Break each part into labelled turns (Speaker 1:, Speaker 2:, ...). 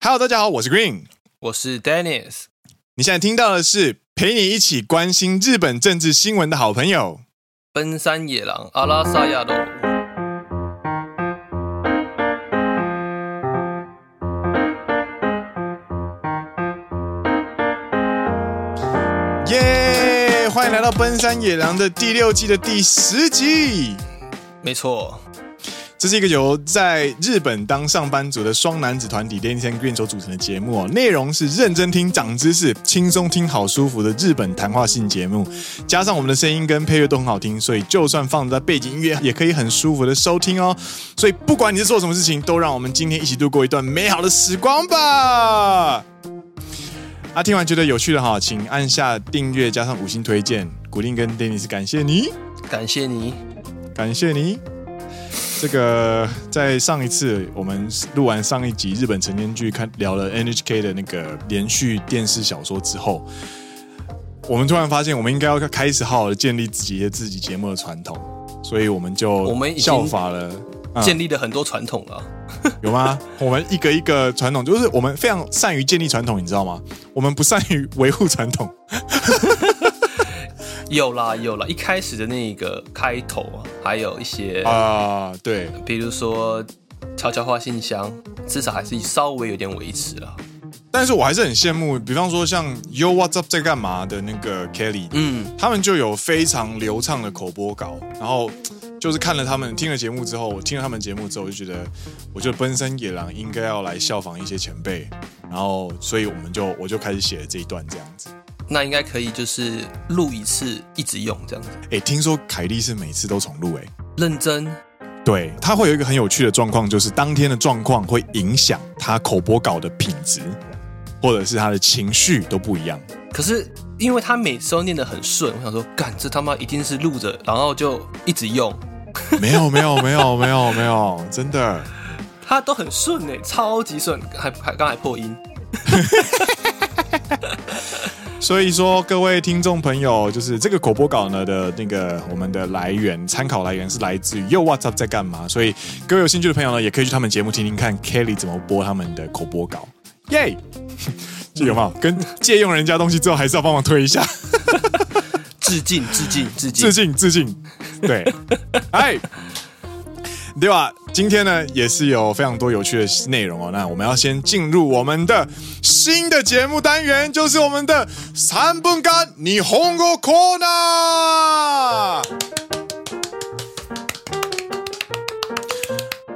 Speaker 1: Hello，大家好，我是 Green。
Speaker 2: 我是 Dennis。
Speaker 1: 你现在听到的是陪你一起关心日本政治新闻的好朋友。
Speaker 2: 奔山野狼阿拉萨亚的
Speaker 1: 耶、欢迎来到《奔山野狼》的第六季的第十集。
Speaker 2: 没错，
Speaker 1: 这是一个由在日本当上班族的双男子团体 Dennis and Green 所组成的节目、哦，内容是认真听、长知识、轻松听、好舒服的日本谈话性节目。加上我们的声音跟配乐都很好听，所以就算放在背景音乐，也可以很舒服的收听哦。所以不管你是做什么事情，都让我们今天一起度过一段美好的时光吧。啊，听完觉得有趣的哈，请按下订阅加上五星推荐，古令跟 Dennis 感谢你。
Speaker 2: 感谢你。
Speaker 1: 感谢你。这个在上一次我们录完上一集日本晨间剧，看聊了 NHK 的那个连续电视小说之后，我们突然发现，我们应该要开始好好的建立自己的自己节目的传统，所以我们就
Speaker 2: 我们已经
Speaker 1: 效法了。嗯
Speaker 2: 建立了很多传统啊了，
Speaker 1: 有吗？ 我们一个一个传统，就是我们非常善于建立传统，你知道吗？我们不善于维护传统。
Speaker 2: 有啦有啦，一开始的那个开头啊，还有一些，
Speaker 1: 啊、对，
Speaker 2: 比如说悄悄话信箱，至少还是稍微有点维持了。
Speaker 1: 但是我还是很羡慕，比方说像 Yo What's Up 在干嘛的那个 Kelly，
Speaker 2: 嗯，
Speaker 1: 他们就有非常流畅的口播稿，然后就是看了他们听了节目之后，我听了他们节目之后，我就觉得，我觉得奔山野狼应该要来效仿一些前辈，然后所以我们就我就开始写了这一段这样子。
Speaker 2: 那应该可以就是录一次一直用这样子，
Speaker 1: 诶，哎听说凯莉是每次都重录诶，哎
Speaker 2: 认真
Speaker 1: 对，他会有一个很有趣的状况，就是当天的状况会影响他口播稿的品质，或者是他的情绪都不一样。
Speaker 2: 可是因为他每次都念得很顺，我想说，干这他妈一定是录着，然后就一直用，
Speaker 1: 没有没有没有没有没有，真的。
Speaker 2: 他都很顺哎、超级顺，还还刚才破音，
Speaker 1: 所以说，各位听众朋友，就是这个口播稿呢的那个我们的来源参考来源是来自于 Yo What's Up 在干嘛，所以各位有兴趣的朋友呢，也可以去他们节目听听看 Kelly 怎么播他们的口播稿，耶！就有没有跟借用人家东西之后，还是要帮忙推一下，
Speaker 2: 致敬致敬致敬
Speaker 1: 致，敬致敬，对，哎，对吧？今天呢也是有非常多有趣的内容哦，那我们要先进入我们的新的节目单元，就是我们的三分干你红过 corner。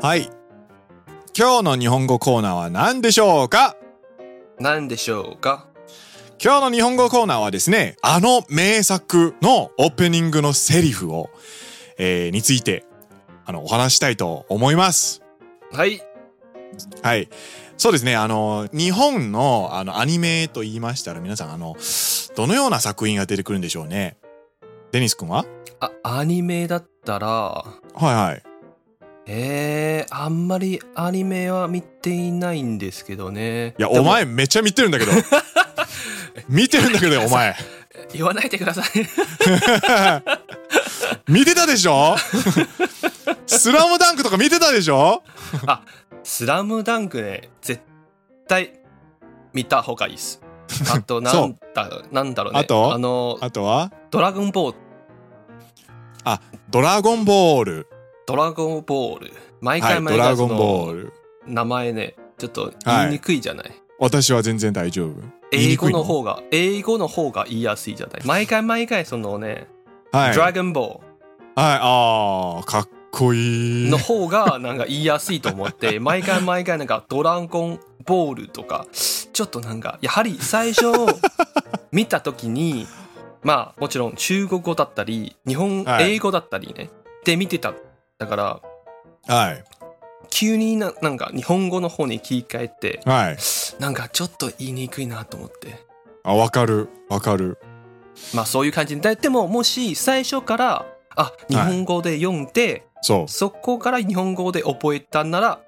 Speaker 1: はい。今日の日本語コーナーは何でしょうか
Speaker 2: なんでしょうか
Speaker 1: 今日の日本語コーナーはですね、あの名作のオープニングのセリフを、えーについて、あの、お話したいと思います。
Speaker 2: はい
Speaker 1: はい。そうですね。あの、日本の、あの、アニメと言いましたら、皆さん、あの、どのような作品が出てくるんでしょうね。デニス君は
Speaker 2: あアニメだったら
Speaker 1: はいはい。
Speaker 2: えー、あんまりアニメは見ていないんですけどね
Speaker 1: いや、
Speaker 2: で
Speaker 1: お
Speaker 2: も
Speaker 1: 前めっちゃ見てるんだ けど。見てるんだけどよ、お前。
Speaker 2: 言わないでください
Speaker 1: 見てたでし ょスラムダンクとか見てたでしょ
Speaker 2: あスラムダンクね絶対見た方がいい っすあとな
Speaker 1: そうん
Speaker 2: だろうなんだろうね
Speaker 1: あと
Speaker 2: あの
Speaker 1: あとは、
Speaker 2: ドラゴンボール
Speaker 1: ドラゴンボール。
Speaker 2: ドラゴンボール毎
Speaker 1: はい、
Speaker 2: 回
Speaker 1: ド
Speaker 2: 毎
Speaker 1: ラ
Speaker 2: 回
Speaker 1: ゴ
Speaker 2: そ
Speaker 1: ンボー
Speaker 2: の
Speaker 1: ル。
Speaker 2: 名前ねちょっと言いにくいじゃない、
Speaker 1: 私は全然大丈夫。言い
Speaker 2: 英
Speaker 1: にく
Speaker 2: 語
Speaker 1: いの
Speaker 2: の方が英語の方が言いやすいじゃない毎回毎回そのね「
Speaker 1: はい。
Speaker 2: ド
Speaker 1: は
Speaker 2: ラ
Speaker 1: い、
Speaker 2: ゴンボ
Speaker 1: あー、かっこ
Speaker 2: ー
Speaker 1: い
Speaker 2: ル」
Speaker 1: い
Speaker 2: の。方がなんか言いやすいと思っ て毎回毎回なんか「ドラゴンボール」とかちょっとなんかやはり最初見た時にまあもちろん中国語だったり日本
Speaker 1: はい
Speaker 2: 英語だったりねで見てただから
Speaker 1: はい。
Speaker 2: 急にななんか日本語の方に切り替えて
Speaker 1: はい。
Speaker 2: なんかちょっと言いにくいなと思って
Speaker 1: あ、わかる。わかる。
Speaker 2: まあそういう感じででももし最初からあ日本語で読んで、
Speaker 1: そ
Speaker 2: そこから日本語で覚えたんなら、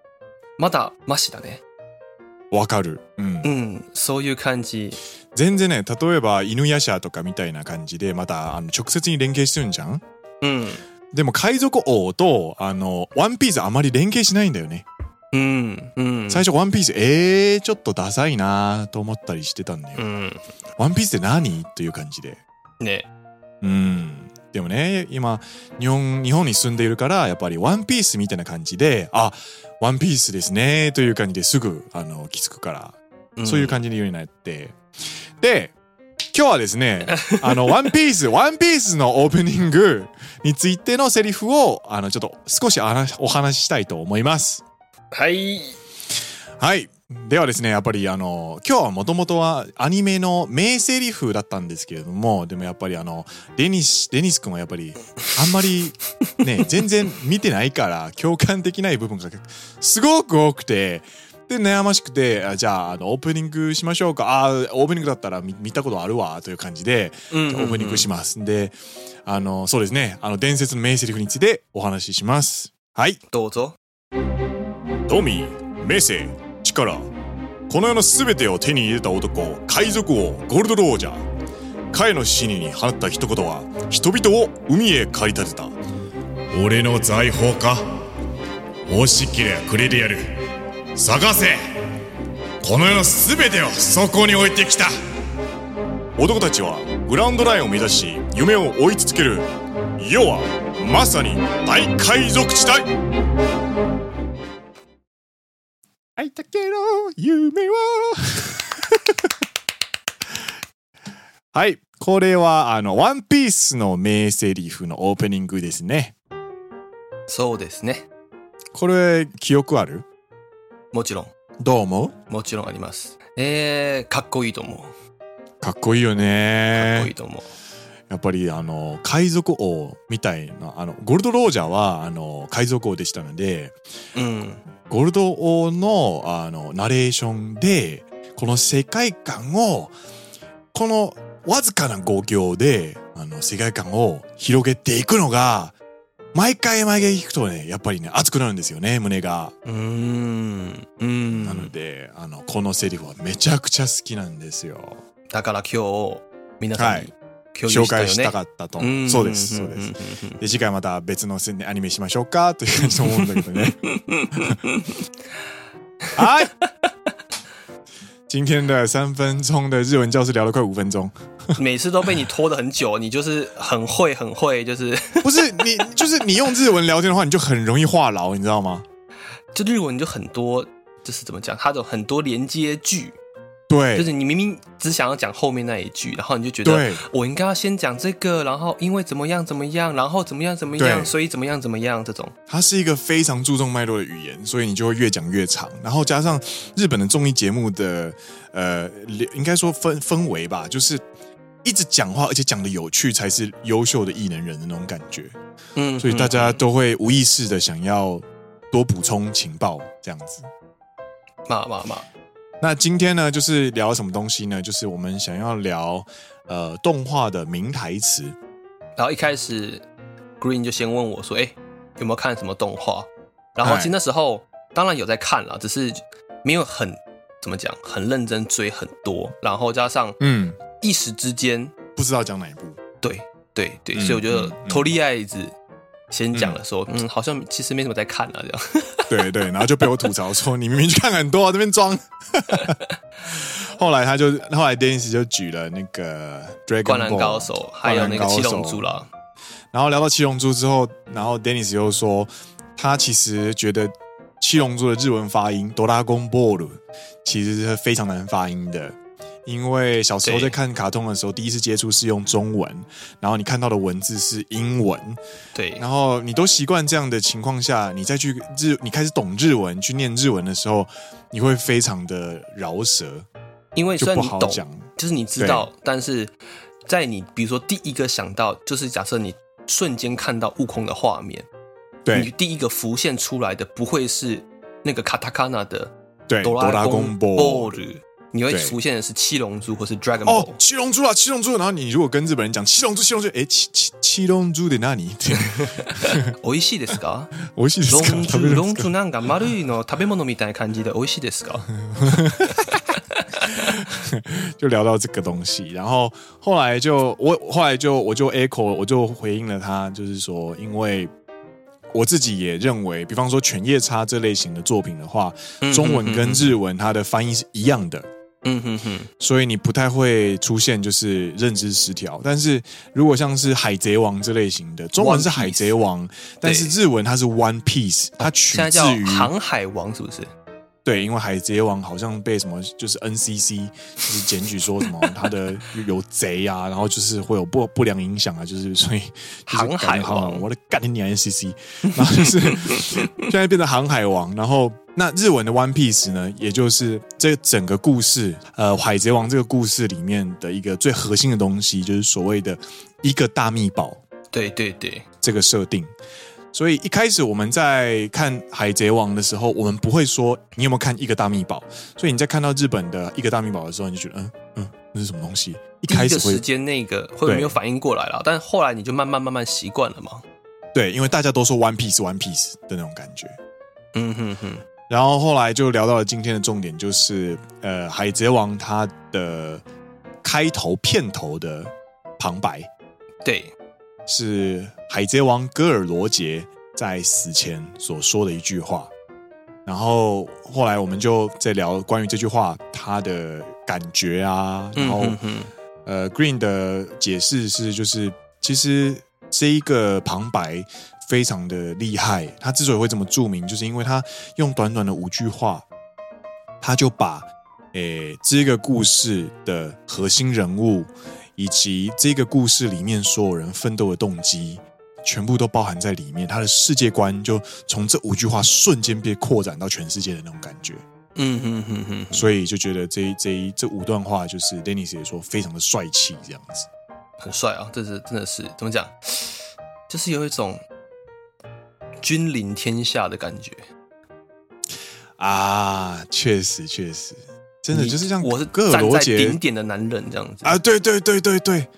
Speaker 2: まだマシだね。
Speaker 1: う。わかる。うん
Speaker 2: う。ん、そういう感じ。
Speaker 1: 全然ね、例えば、犬夜叉とかみたいな感じで、また、あの、直接に連携してるんじゃん
Speaker 2: うん。
Speaker 1: でも、海賊王と、あの、ワンピースあまり連携しないんだよね。
Speaker 2: うん、うん。
Speaker 1: 最初ワンピース、えー、ちょっとダサいなと思ったりしてたんだよ。
Speaker 2: うん。
Speaker 1: ワンピースって何という感じで。
Speaker 2: ね。
Speaker 1: うん。でもね、今、日本、日本に住んでいるから、やっぱりワンピースみたいな感じで、あ、ワンピースですね、という感じですぐ、あの、気づくから、そういう感じのようになって。で、今日はですね、あの、ワンピース、ワンピースのオープニングについてのセリフを、あの、ちょっと少しあらお話ししたいと思います。
Speaker 2: じ。はい。
Speaker 1: はい。ではですね、やっぱりあの、今日はもともとはアニメの名セリフだったんですけれども、でもやっぱりあの、デニス、デニス君はやっぱり、あんまりね、 全然見てないから、共感できない部分がすごく多くて、で、悩ましくて、あじゃあ、あの、オープニングしましょうか。あーオープニングだったら見見たことあるわ、という感じで、
Speaker 2: うん
Speaker 1: オ
Speaker 2: うんうん
Speaker 1: ープニングします。で、あの、そうですね、あの、伝説の名セリフについてお話しします。はい。
Speaker 2: どうぞ。
Speaker 1: 富、メセ、力。この世の全てを手に入れた男、海賊王、ゴールドロージャー。彼の死にに放った一言は、人々を海へ駆り立てた。俺の財宝か欲しけりゃくれてやる。探せこの世の全てをそこに置いてきた男たちはグランドラインを目指し、夢を追い続ける。世は、まさに大海賊地帯会いたけど夢を はいこれはあの「ワンピースの名セリフのオープニングですね
Speaker 2: そうですね。
Speaker 1: これ記憶ある
Speaker 2: もちろん。
Speaker 1: どう思
Speaker 2: もちろんあります。えー、かっこいいと思う。
Speaker 1: うかっこいいよ
Speaker 2: かっこい
Speaker 1: ね
Speaker 2: いと思う。
Speaker 1: やっぱりあの海賊王みたいなあのゴールド・ロージャーはあの海賊王でしたので
Speaker 2: うん。
Speaker 1: ゴールド王のあのナレーションでこの世界観をこのわずかな5行であの世界観を広げていくのが毎回毎回聞くとねやっぱりね熱くなるんですよね胸が、
Speaker 2: うーん。うん。
Speaker 1: なのであのこのセリフはめちゃくちゃ好きなんですよ
Speaker 2: だから今日、皆さんに共有
Speaker 1: 紹
Speaker 2: したよね。
Speaker 1: 介したかったと
Speaker 2: ん
Speaker 1: そうですそうです。で次回また別のせアニメしましょう かという感じと思うんだけどねはい今天的三分钟的日文教室聊了快五分钟，
Speaker 2: 每次都被你拖得很久，你就是很会很会，就是
Speaker 1: 不是你， 就是你用日文聊天的话，你就很容易话痨，你知道吗？
Speaker 2: 就日文就很多，就是怎么讲，它有很多连接句，就
Speaker 1: 对
Speaker 2: 是你明明只想要讲后面那一句，然后你就觉得
Speaker 1: 对
Speaker 2: 我应该要先讲这个，然后因为怎么样怎么样，然后怎么样怎么样，
Speaker 1: 对
Speaker 2: 所以怎么样怎么样这种，
Speaker 1: 它是一个非常注重脉络的语言，所以你就会越讲越长。然后加上日本的综艺节目的呃，流应该说氛氛围吧，就是一直讲话，而且讲的有趣，才是优秀的艺能人的那种感觉。
Speaker 2: 嗯，
Speaker 1: 所以大家
Speaker 2: 嗯
Speaker 1: 都会无意识的想要多补充情报，这样子。
Speaker 2: 嘛嘛嘛，
Speaker 1: 那今天呢，就是聊什么东西呢？就是我们想要聊呃动画的名台词。
Speaker 2: 然后一开始 Green 就先问我说，哎、有没有看什么动画？然后
Speaker 1: 哎
Speaker 2: 其实那时候当然有在看了，只是没有很怎么讲，很认真追很多，然后加上
Speaker 1: 嗯，
Speaker 2: 一时之间。
Speaker 1: 不知道讲哪一部。
Speaker 2: 对对对，
Speaker 1: 嗯
Speaker 2: 所以我觉得
Speaker 1: 嗯嗯
Speaker 2: 头利爱子先讲了说，嗯，好像其实没什么在看啊，这
Speaker 1: 嗯
Speaker 2: 样。
Speaker 1: 对对，然后就被我吐槽说你明明去看很多、啊，这边 装。后来他就后来 Dennis 就举了那个《Dragon
Speaker 2: 灌篮
Speaker 1: Ball》
Speaker 2: 高手，
Speaker 1: 嗯
Speaker 2: 还有那个七龙珠
Speaker 1: 了。
Speaker 2: 啦，
Speaker 1: 然后聊到七龙珠之后，然后 Dennis 又说，他其实觉得七龙珠的日文发音 “Dragon Ball” 其实是非常难发音的，因为小时候
Speaker 2: 对
Speaker 1: 在看卡通的时候，第一次接触是用中文，然后你看到的文字是英文，
Speaker 2: 嗯对
Speaker 1: 然后你都习惯这样的情况下，你再去日，你开始懂日文去念日文的时候，你会非常的饶舌，
Speaker 2: 因为
Speaker 1: 就
Speaker 2: 虽然
Speaker 1: 不
Speaker 2: 你
Speaker 1: 好
Speaker 2: 懂，
Speaker 1: 讲。
Speaker 2: 就是你知道，但是在你比如说第一个想到，就是假设你瞬间看到悟空的画面，
Speaker 1: 对
Speaker 2: 你第一个浮现出来的不会是那个卡塔卡纳的
Speaker 1: 对，
Speaker 2: 哆啦
Speaker 1: Dragon
Speaker 2: 公
Speaker 1: Ball。
Speaker 2: ball，你会
Speaker 1: 对
Speaker 2: 浮现的是七龙珠或是 Dragon
Speaker 1: 哦
Speaker 2: Ball，，
Speaker 1: 七龙珠啊，七龙珠！然后你如果跟日本人讲七龙珠，七龙珠，诶，七七七龙珠的那 里，
Speaker 2: 美味しいです か？
Speaker 1: 我是
Speaker 2: ロン
Speaker 1: 食
Speaker 2: ジ
Speaker 1: べ
Speaker 2: ュ、
Speaker 1: る
Speaker 2: ロ
Speaker 1: ん
Speaker 2: ン
Speaker 1: で
Speaker 2: ジ
Speaker 1: すか
Speaker 2: ュなんか丸いの食べ物みたいな感じで美味しいですか？
Speaker 1: 就聊到这个东西，然后后来就我后来就我就 echo 我就回应了他，就是说因为我自己也认为，比方说《犬夜叉》这类型的作品的话，
Speaker 2: 嗯
Speaker 1: 中文跟日文它的翻译是一样的，
Speaker 2: 嗯哼哼，
Speaker 1: 所以你不太会出现就是认知失调。但是如果像是《海贼王》这类型的，中文是《海贼王》，但是日文它是 One Piece，它取
Speaker 2: 现在
Speaker 1: 自
Speaker 2: 叫
Speaker 1: 于
Speaker 2: 航海王是不是？
Speaker 1: 对，因为《海贼王》好像被什么就是 NCC 就是检举说 什么它的有贼啊，然后就是会有不不良影响啊，就是所以就是
Speaker 2: 航海
Speaker 1: 感觉好像
Speaker 2: 王
Speaker 1: 我的干你娘 NCC，然后就是现在变成航海王，然后那日文的 One Piece 呢，也就是这整个故事，呃，海贼王这个故事里面的一个最核心的东西，就是所谓的一个大秘宝
Speaker 2: 对对对，
Speaker 1: 这个设定。所以一开始我们在看《海贼王》的时候，我们不会说你有没有看一个大秘宝，所以你在看到日本的一个大秘宝的时候，你就觉得嗯嗯，那是什么东西？一
Speaker 2: 第
Speaker 1: 开
Speaker 2: 一
Speaker 1: 始
Speaker 2: 个时
Speaker 1: 会
Speaker 2: 间那个会没有反应过来啦，但是后来你就慢慢慢慢习惯了嘛。
Speaker 1: 对，因为大家都说 One Piece One Piece 的那种感觉。
Speaker 2: 嗯哼哼，
Speaker 1: 然后后来就聊到了今天的重点，就是呃，《海贼王》它的开头片头的旁白
Speaker 2: 对，
Speaker 1: 是海贼王戈尔罗杰在死前所说的一句话。然后后来我们就在聊关于这句话他的感觉啊，然
Speaker 2: 嗯
Speaker 1: 后、
Speaker 2: 哼哼，
Speaker 1: 呃，Green 的解释是，就是其实这一个旁白非常的厉害，他之所以会这么著名，就是因为他用短短的五句话，他就把诶、这个故事的核心人物，以及这个故事里面所有人奋斗的动机。全部都包含在里面，他的世界观就从这五句话瞬间被扩展到全世界的那种感觉。
Speaker 2: 嗯哼哼哼，
Speaker 1: 所以就觉得这一这一这五段话，就是 Dennis 也说非常的帅气这样子。
Speaker 2: 很帅啊，这是真的是怎么讲，就是有一种君临天下的感觉。
Speaker 1: 啊，确实确实，真的
Speaker 2: 你
Speaker 1: 就是像
Speaker 2: 我是
Speaker 1: 戈尔
Speaker 2: 站
Speaker 1: 罗
Speaker 2: 在
Speaker 1: 杰
Speaker 2: 顶点的男人这样子
Speaker 1: 啊，对对对对对，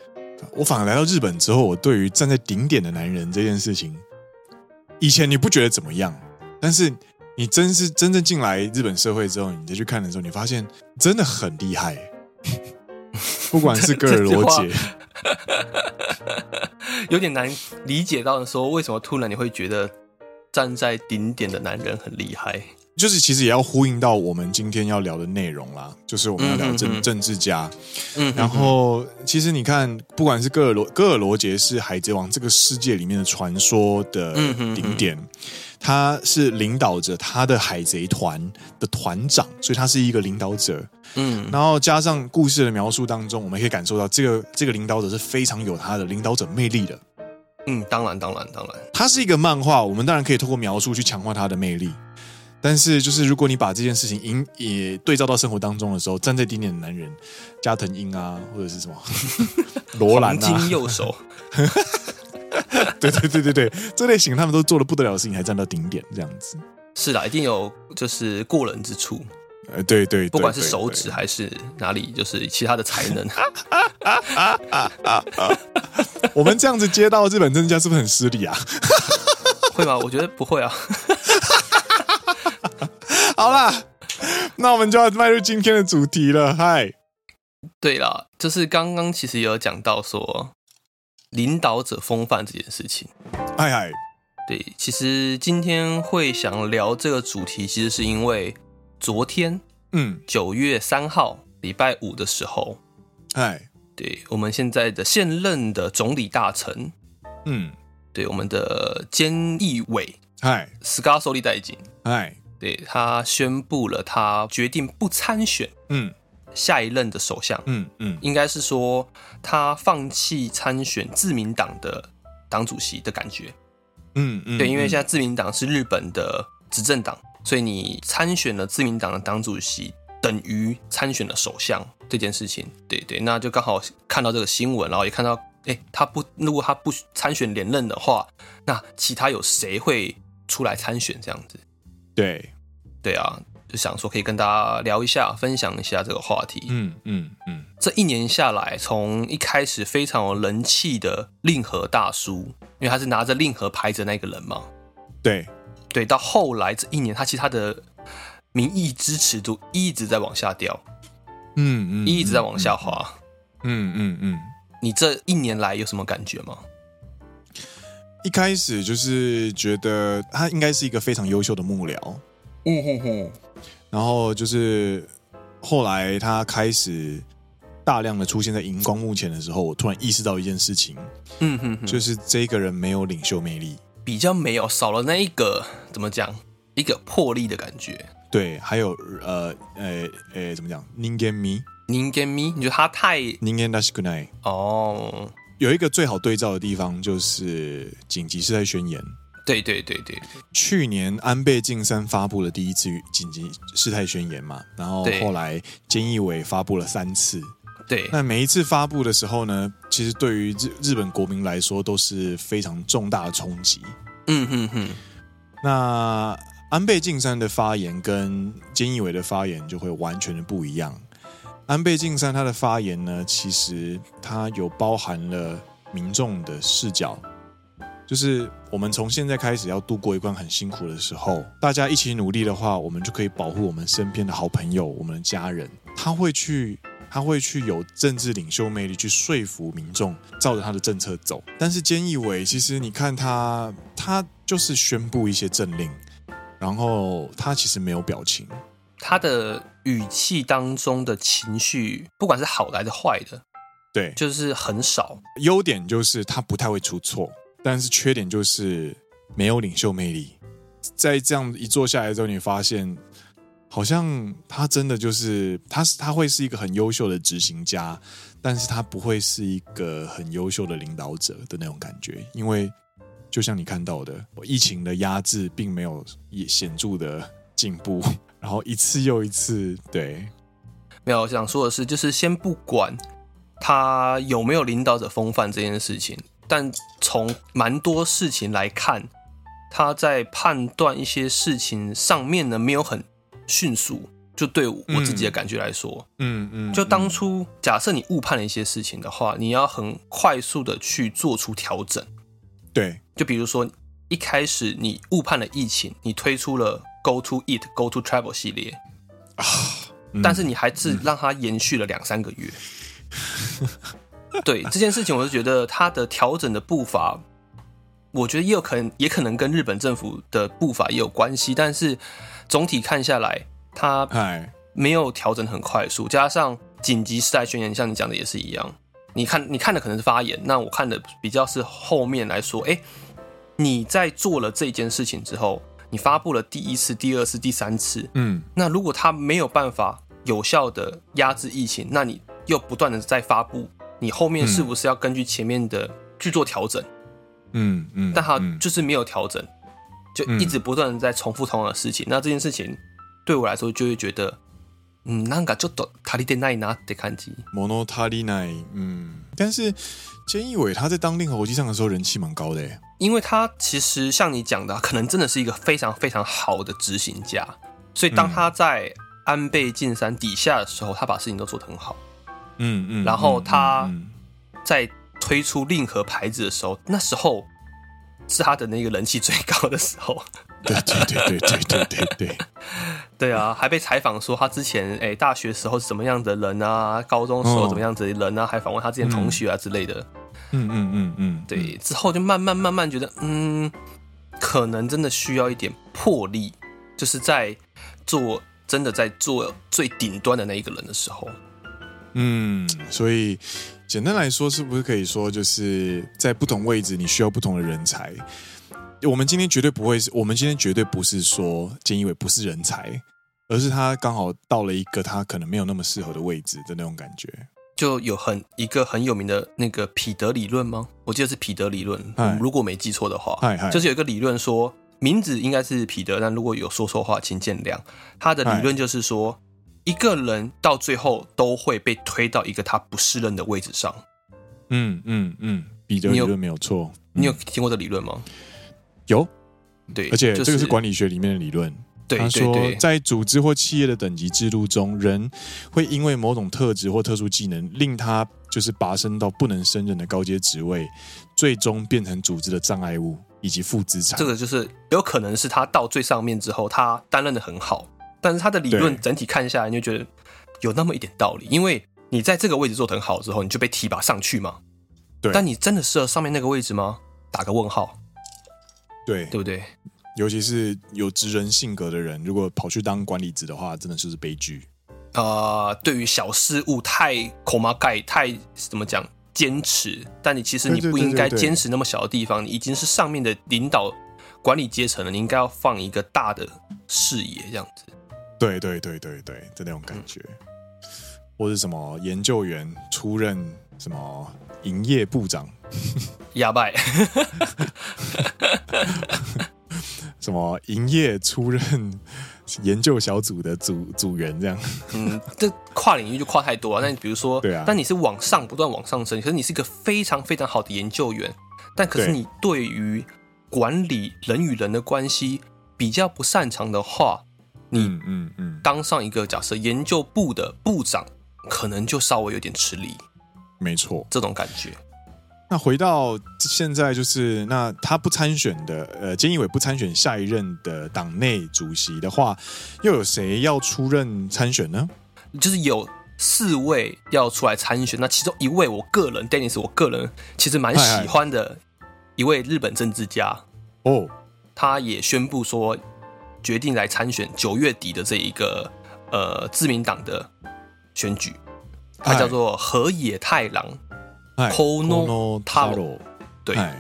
Speaker 1: 我反而来到日本之后，我对于站在顶点的男人这件事情，以前你不觉得怎么样，但是你真是真正进来日本社会之后，你再去看的时候，你发现真的很厉害，不管是戈尔罗杰
Speaker 2: 这句，有点难理解到说为什么突然你会觉得站在顶点的男人很厉害。
Speaker 1: 就是其实也要呼应到我们今天要聊的内容啦，就是我们要聊政、
Speaker 2: 嗯嗯嗯
Speaker 1: 政治家。
Speaker 2: 嗯哼哼
Speaker 1: 然后其实你看，不管是戈尔罗戈尔罗杰是海贼王这个世界里面的传说的
Speaker 2: 嗯哼哼
Speaker 1: 顶点，他是领导着他的海贼团的团长，所以他是一个领导者。
Speaker 2: 嗯
Speaker 1: 然后加上故事的描述当中，我们可以感受到这个这个领导者是非常有他的领导者魅力的。
Speaker 2: 嗯，当然当然当然，
Speaker 1: 它是一个漫画，我们当然可以透过描述去强化它的魅力。但是，就是如果你把这件事情引也对照到生活当中的时候，站在顶点的男人，加藤鹰啊，或者是什么 罗兰
Speaker 2: 黄金
Speaker 1: 啊，
Speaker 2: 右手。
Speaker 1: 对对对对对，这类型他们都做了不得了的事情，还站到顶点这样子。
Speaker 2: 是啦，一定有就是过人之处，
Speaker 1: 呃，对对对，
Speaker 2: 不管是
Speaker 1: 对
Speaker 2: 手指还是哪里，就是其他的才能。
Speaker 1: 对我们这样子接到日本政治家是不是很失礼啊？
Speaker 2: 会吗？我觉得不会啊。
Speaker 1: 好啦，那我们就要迈入今天的主题了。嗨，
Speaker 2: 对啦，就是刚刚其实也有讲到说领导者风范这件事情。
Speaker 1: 嗨嗨，
Speaker 2: 对，其实今天会想聊这个主题，其实是因为昨天
Speaker 1: 嗯，
Speaker 2: 九月三号礼拜五的时候，
Speaker 1: 嗨，
Speaker 2: 对我们现在的现任的总理大臣，
Speaker 1: 嗯，
Speaker 2: 对我们的菅义伟
Speaker 1: 嗨，
Speaker 2: 斯卡索利代金，
Speaker 1: 嗨，
Speaker 2: 对他宣布了，他决定不参选
Speaker 1: 嗯
Speaker 2: 下一任的首相，
Speaker 1: 嗯嗯，
Speaker 2: 应该是说他放弃参选自民党的党主席的感觉。
Speaker 1: 嗯嗯，
Speaker 2: 对，因为
Speaker 1: 嗯
Speaker 2: 现在自民党是日本的执政党，所以你参选了自民党的党主席，等于参选了首相这件事情。对对，那就刚好看到这个新闻，然后也看到，哎，他不，如果他不参选连任的话，那其他有谁会出来参选这样子？
Speaker 1: 对，
Speaker 2: 对啊，就想说可以跟大家聊一下，分享一下这个话题。
Speaker 1: 嗯嗯嗯。
Speaker 2: 这一年下来，从一开始非常有人气的令和大叔，因为他是拿着令和牌子的那个人嘛，
Speaker 1: 对，
Speaker 2: 对，到后来这一年，他其实他的民意支持度一直在往下掉，
Speaker 1: 嗯嗯，
Speaker 2: 一直在往下滑。
Speaker 1: 嗯，嗯嗯嗯，
Speaker 2: 你这一年来有什么感觉吗？
Speaker 1: 一开始就是觉得他应该是一个非常优秀的幕僚，
Speaker 2: うんうんうん。
Speaker 1: 然后就是后来他开始大量的出现在荧光幕前的时候，我突然意识到一件事情，
Speaker 2: 嗯哼哼，
Speaker 1: 就是这个人没有领袖魅力，
Speaker 2: 比较没有少了那一个怎么讲，一个魄力的感觉。
Speaker 1: 对，还有呃呃呃怎么讲，人間味，
Speaker 2: 人間味，你觉得他太
Speaker 1: 人間らしくない。
Speaker 2: 哦，
Speaker 1: 有一个最好对照的地方就是《紧急事态宣言》。
Speaker 2: 对对对对，
Speaker 1: 去年安倍晋三发布了第一次紧急事态宣言嘛，然后
Speaker 2: 对
Speaker 1: 后来菅义伟发布了三次。
Speaker 2: 对
Speaker 1: 那每一次发布的时候呢，其实对于日日本国民来说都是非常重大的冲击。
Speaker 2: 嗯哼哼，
Speaker 1: 那安倍晋三的发言跟菅义伟的发言就会完全的不一样。安倍晋三他的发言呢，其实他有包含了民众的视角，就是我们从现在开始要度过一段很辛苦的时候，大家一起努力的话，我们就可以保护我们身边的好朋友、我们的家人。他会去，他会去有政治领袖魅力去说服民众，照着他的政策走。但是菅义伟，其实你看他，他就是宣布一些政令，然后他其实没有表情。
Speaker 2: 他的语气当中的情绪，不管是好的还是坏的，
Speaker 1: 对，
Speaker 2: 就是很少。
Speaker 1: 优点就是他不太会出错，但是缺点就是没有领袖魅力。在这样一坐下来之后，你发现好像他真的就是他是他会是一个很优秀的执行家，但是他不会是一个很优秀的领导者的那种感觉，因为就像你看到的，疫情的压制并没有也显著的进步，然后一次又一次，对，
Speaker 2: 没有，我想说的是，就是先不管他有没有领导者风范这件事情，但从蛮多事情来看，他在判断一些事情上面呢，没有很迅速。就对我
Speaker 1: 嗯
Speaker 2: 自己的感觉来说，
Speaker 1: 嗯嗯
Speaker 2: 就当初假设你误判了一些事情的话，你要很快速的去做出调整。
Speaker 1: 嗯对，
Speaker 2: 就比如说一开始你误判了疫情，你推出了 Go to Eat、Go to Travel 系列，
Speaker 1: 嗯
Speaker 2: 但是你还是让它延续了两三个月。对这件事情，我是觉得它的调整的步伐，我觉得也有可能，也可能跟日本政府的步伐也有关系。但是总体看下来，它
Speaker 1: 嗨，
Speaker 2: 没有调整得很快速，加上紧急事态宣言，像你讲的也是一样。你看，你看的可能是发言，那我看的比较是后面来说，哎、你在做了这件事情之后，你发布了第一次、第二次、第三次，
Speaker 1: 嗯。
Speaker 2: 那如果他没有办法有效的压制疫情，那你又不断的在发布，你后面是不是要根据前面的去做调整？
Speaker 1: 嗯嗯，
Speaker 2: 但他
Speaker 1: 嗯
Speaker 2: 就是没有调整，就一直不断的在重复同样的事情。那这件事情对我来说就会觉得，嗯，なんかちょっと足りてないなって感じ。
Speaker 1: Mono t a l i n a 嗯，但是菅义伟他在当令和国际上的时候人气蛮高的耶，
Speaker 2: 因为他其实像你讲的，啊可能真的是一个非常非常好的执行家，所以当他在安倍晋三底下的时候，他把事情都做得很好。
Speaker 1: 嗯嗯，
Speaker 2: 然后
Speaker 1: 嗯
Speaker 2: 他
Speaker 1: 嗯
Speaker 2: 在推出令和牌子的时候，那时候是他的那个人气最高的时候。
Speaker 1: 嗯 对对对对对对对对，
Speaker 2: 对啊，还被采访说他之前哎、大学时候是怎么样的人啊，高中时候怎么样子的人啊，还访问他之前同学啊之类的。
Speaker 1: 嗯嗯嗯嗯，
Speaker 2: 对，之后就慢慢慢慢觉得，嗯，可能真的需要一点魄力，就是在做真的在做最顶端的那一个人的时候，
Speaker 1: 嗯，所以简单来说，是不是可以说就是在不同位置你需要不同的人才？我们今天绝对不会是，我们今天绝对不是说菅义伟不是人才，而是他刚好到了一个他可能没有那么适合的位置的那种感觉。
Speaker 2: 就有很一个很有名的那个彼得理论吗？我记得是彼得理论
Speaker 1: 嗨，
Speaker 2: 如果没记错的话，
Speaker 1: 嗨嗨
Speaker 2: 就是有一个理论说，名字应该是彼得，但如果有说错话，请见谅。他的理论就是说，一个人到最后都会被推到一个他不适任的位置上。
Speaker 1: 嗯嗯嗯，彼得
Speaker 2: 你
Speaker 1: 理
Speaker 2: 有
Speaker 1: 论没有错，
Speaker 2: 你有
Speaker 1: 嗯
Speaker 2: 听过这理论吗？
Speaker 1: 有
Speaker 2: 对，
Speaker 1: 而且
Speaker 2: 就
Speaker 1: 这个是管理学里面的理论。
Speaker 2: 对
Speaker 1: 他
Speaker 2: 对
Speaker 1: 说，
Speaker 2: 对，
Speaker 1: 在组织或企业的等级制度中，人会因为某种特质或特殊技能，令他就是拔升到不能胜任的高阶职位，最终变成组织的障碍物以及负资产。
Speaker 2: 这个就是有可能是他到最上面之后，他担任的很好，但是他的理论
Speaker 1: 对
Speaker 2: 整体看下来，你就觉得有那么一点道理，因为你在这个位置做得很好之后，你就被提拔上去嘛。
Speaker 1: 对
Speaker 2: 但你真的适合上面那个位置吗？打个问号。
Speaker 1: 对
Speaker 2: 对，不对？
Speaker 1: 尤其是有职人性格的人，如果跑去当管理职的话，真的就是悲剧。
Speaker 2: 啊、对于小事物太口马盖太怎么讲坚持，但你其实你
Speaker 1: 对对
Speaker 2: 不
Speaker 1: 对
Speaker 2: 应该
Speaker 1: 对对
Speaker 2: 坚持那么小的地方，你已经是上面的领导管理阶层了，你应该要放一个大的视野这样子。
Speaker 1: 对对对对对的那种感觉，或是什么研究员出任什么营业部长，
Speaker 2: 哑巴，欸
Speaker 1: 什么营业出任研究小组的组组员这样。
Speaker 2: 嗯，这跨领域就跨太多啊。那你比如说，
Speaker 1: 对啊
Speaker 2: 但你是往上不断往上升，可是你是一个非常非常好的研究员，但可是
Speaker 1: 对
Speaker 2: 你对于管理人与人的关系比较不擅长的话，
Speaker 1: 嗯嗯嗯，
Speaker 2: 当上一个假设研究部的部长，可能就稍微有点吃力，
Speaker 1: 没错。
Speaker 2: 这种感觉。
Speaker 1: 那回到现在，就是那他不参选的，呃，菅义伟不参选下一任的党内主席的话，又有谁要出任参选呢？
Speaker 2: 就是有四位要出来参选，那其中一位我个人，Dennis，我个人其实蛮喜欢的一位日本政治家，
Speaker 1: 哦，
Speaker 2: 他也宣布说决定来参选九月底的这一个呃自民党的选举，他
Speaker 1: 嗨
Speaker 2: 叫做河野太郎。
Speaker 1: 嗨 Kono
Speaker 2: Kono
Speaker 1: Taro，
Speaker 2: 对，
Speaker 1: 嗨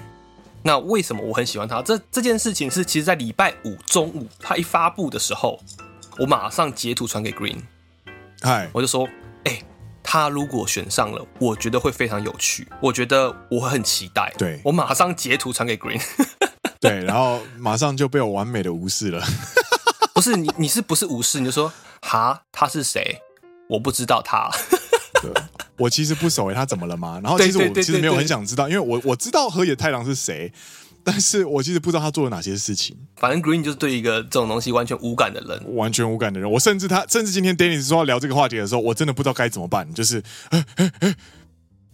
Speaker 2: 那为什么我很喜欢他？这这件事情是，其实在礼拜五中午他一发布的时候，我马上截图传给 Green，
Speaker 1: 嗨，
Speaker 2: 我就说，哎、他如果选上了，我觉得会非常有趣，我觉得我很期待。
Speaker 1: 对
Speaker 2: 我马上截图传给 Green，
Speaker 1: 对，然后马上就被我完美的无视了。
Speaker 2: 不是你，你是不是无视？你就说，哈，他是谁？我不知道他。
Speaker 1: 我其实不熟诶，欸他怎么了吗？然后
Speaker 2: 对
Speaker 1: 其实我
Speaker 2: 对对
Speaker 1: 其实没有
Speaker 2: 对对
Speaker 1: 很想知道，因为我我知道河野太郎是谁，但是我其实不知道他做了哪些事情，
Speaker 2: 反正 Green 就是对一个这种东西完全无感的人，
Speaker 1: 我完全无感的人。我甚至他甚至今天 Dennis 说要聊这个话题的时候，我真的不知道该怎么办，就是，呃呃呃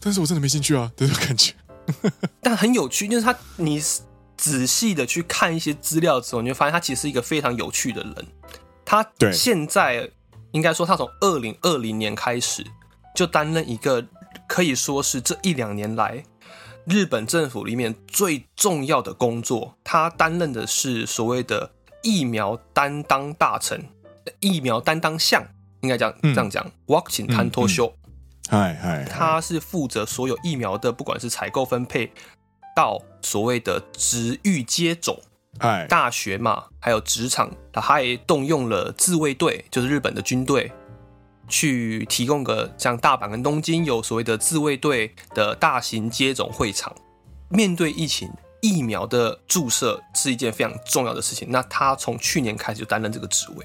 Speaker 1: 但是我真的没兴趣啊，这种感觉。
Speaker 2: 但很有趣，就是他你仔细的去看一些资料之后，你会发现他其实是一个非常有趣的人。他
Speaker 1: 对
Speaker 2: 现在应该说，他从二零二零年开始就担任一个可以说是这一两年来日本政府里面最重要的工作。他担任的是所谓的疫苗担当大臣、呃疫苗担当相，应该讲这
Speaker 1: 嗯
Speaker 2: 样讲。Walking
Speaker 1: 嗯
Speaker 2: 担当秀，
Speaker 1: 嗨嗨，嗨
Speaker 2: 他是负责所有疫苗的，不管是采购分配到所谓的职域接种、
Speaker 1: 嗨
Speaker 2: 大学嘛，还有职场，他还动用了自卫队，就是日本的军队，去提供个像大阪跟东京有所谓的自卫队的大型接种会场。面对疫情，疫苗的注射是一件非常重要的事情。那他从去年开始就担任这个职位。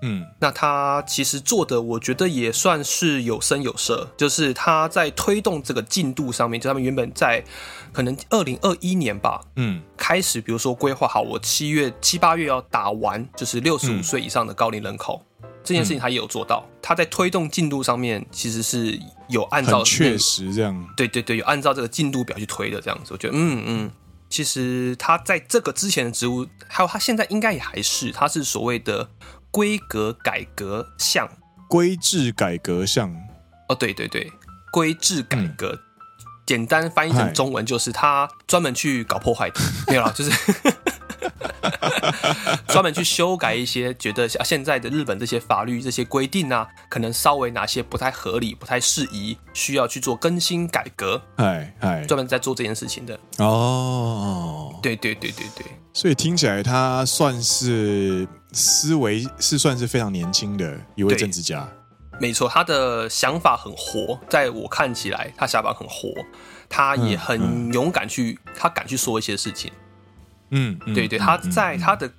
Speaker 1: 嗯
Speaker 2: 那他其实做的，我觉得也算是有声有色，就是他在推动这个进度上面，就他们原本在可能二零二一年吧
Speaker 1: 嗯
Speaker 2: 开始，比如说规划好我七月七八月要打完，就是六
Speaker 1: 嗯
Speaker 2: 十五岁以上的高龄人口、这件事情，他也有做到。他在推动进度上面其实是有按照
Speaker 1: 很确实这样。
Speaker 2: 对对对，有按照这个进度表去推的这样子，我觉得嗯嗯，其实他在这个之前的职务，还有他现在应该也还是，他是所谓的规格改革项
Speaker 1: 规制改革项，
Speaker 2: 哦，对对对，规制改革，简单翻译成中文就是他专门去搞破坏的，没有啦，就是 专门去修改一些觉得啊现在的日本这些法律这些规定啊，可能稍微哪些不太合理、不太适宜，需要去做更新改革，
Speaker 1: 嗨嗨，
Speaker 2: 专门在做这件事情的。
Speaker 1: 哦，
Speaker 2: 对对对对对，
Speaker 1: 所以听起来他算是思维是算是非常年轻的一位
Speaker 2: 对
Speaker 1: 政治家。
Speaker 2: 没错，他的想法很活，在我看起来，他想法很活，他也很勇敢去，他敢去说一些事情。
Speaker 1: 嗯，嗯
Speaker 2: 对对，
Speaker 1: 嗯
Speaker 2: 他
Speaker 1: 嗯
Speaker 2: 在他的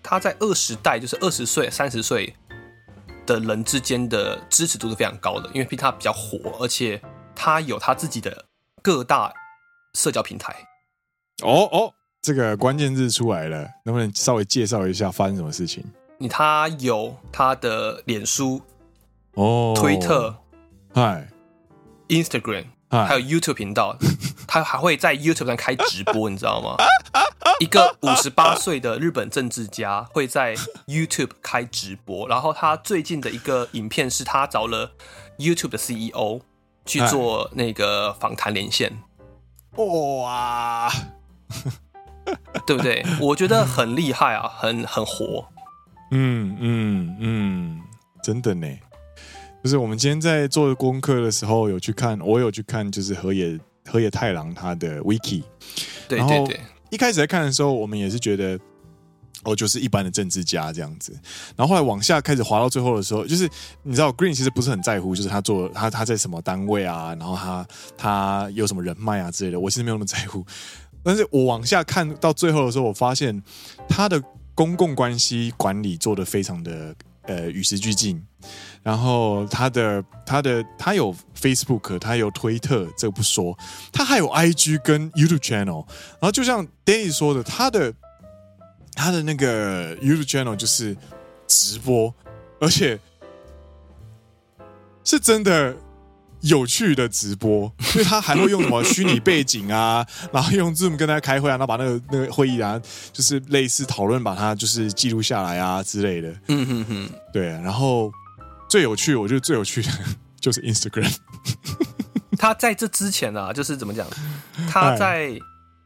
Speaker 2: 他在二十代，就是二十岁、三十岁的人之间的支持度是非常高的，因为毕竟他比较火，而且他有他自己的各大社交平台。
Speaker 1: 哦哦，这个关键字出来了，能不能稍微介绍一下发生什么事情？
Speaker 2: 你他有他的脸书、
Speaker 1: 哦，
Speaker 2: 推特、
Speaker 1: 嗨
Speaker 2: Instagram，
Speaker 1: 嗨，
Speaker 2: 还有 YouTube 频道，他还会在 YouTube 上开直播，你知道吗？一个五十八岁的日本政治家会在 YouTube 开直播，然后他最近的一个影片是他找了 YouTube 的 CEO 去
Speaker 1: 哎
Speaker 2: 做那个访谈连线，
Speaker 1: 有哇，
Speaker 2: 对不对？我觉得很厉害啊，很很活。
Speaker 1: 嗯嗯嗯，真的呢。就是我们今天在做功课的时候，有去看，我有去看，就是河野河野太郎他的 wiki。
Speaker 2: 对
Speaker 1: 然
Speaker 2: 对
Speaker 1: 后
Speaker 2: 对，
Speaker 1: 一开始在看的时候，我们也是觉得。哦，就是一般的政治家这样子，然后后来往下开始滑到最后的时候，就是你知道，Green 其实不是很在乎，就是他做他他在什么单位啊，然后他他有什么人脉啊之类的，我其实没有那么在乎。但是我往下看到最后的时候，我发现他的公共关系管理做得非常的呃与时俱进，然后他的他的他有 Facebook，他有推特，这个不说，他还有 IG 跟 YouTube channel，然后就像 Danny 说的，他的他的那个 YouTube channel 就是直播，而且是真的有趣的直播，因为他还会用什么虚拟背景啊， 然后用 Zoom 跟他开会啊，然后把那个那个会议啊，就是类似讨论，把它就是记录下来啊之类的。
Speaker 2: 嗯哼哼，
Speaker 1: 对，啊然后最有趣，我觉得最有趣的就是 Instagram。
Speaker 2: 他在这之前啊，就是怎么讲，他在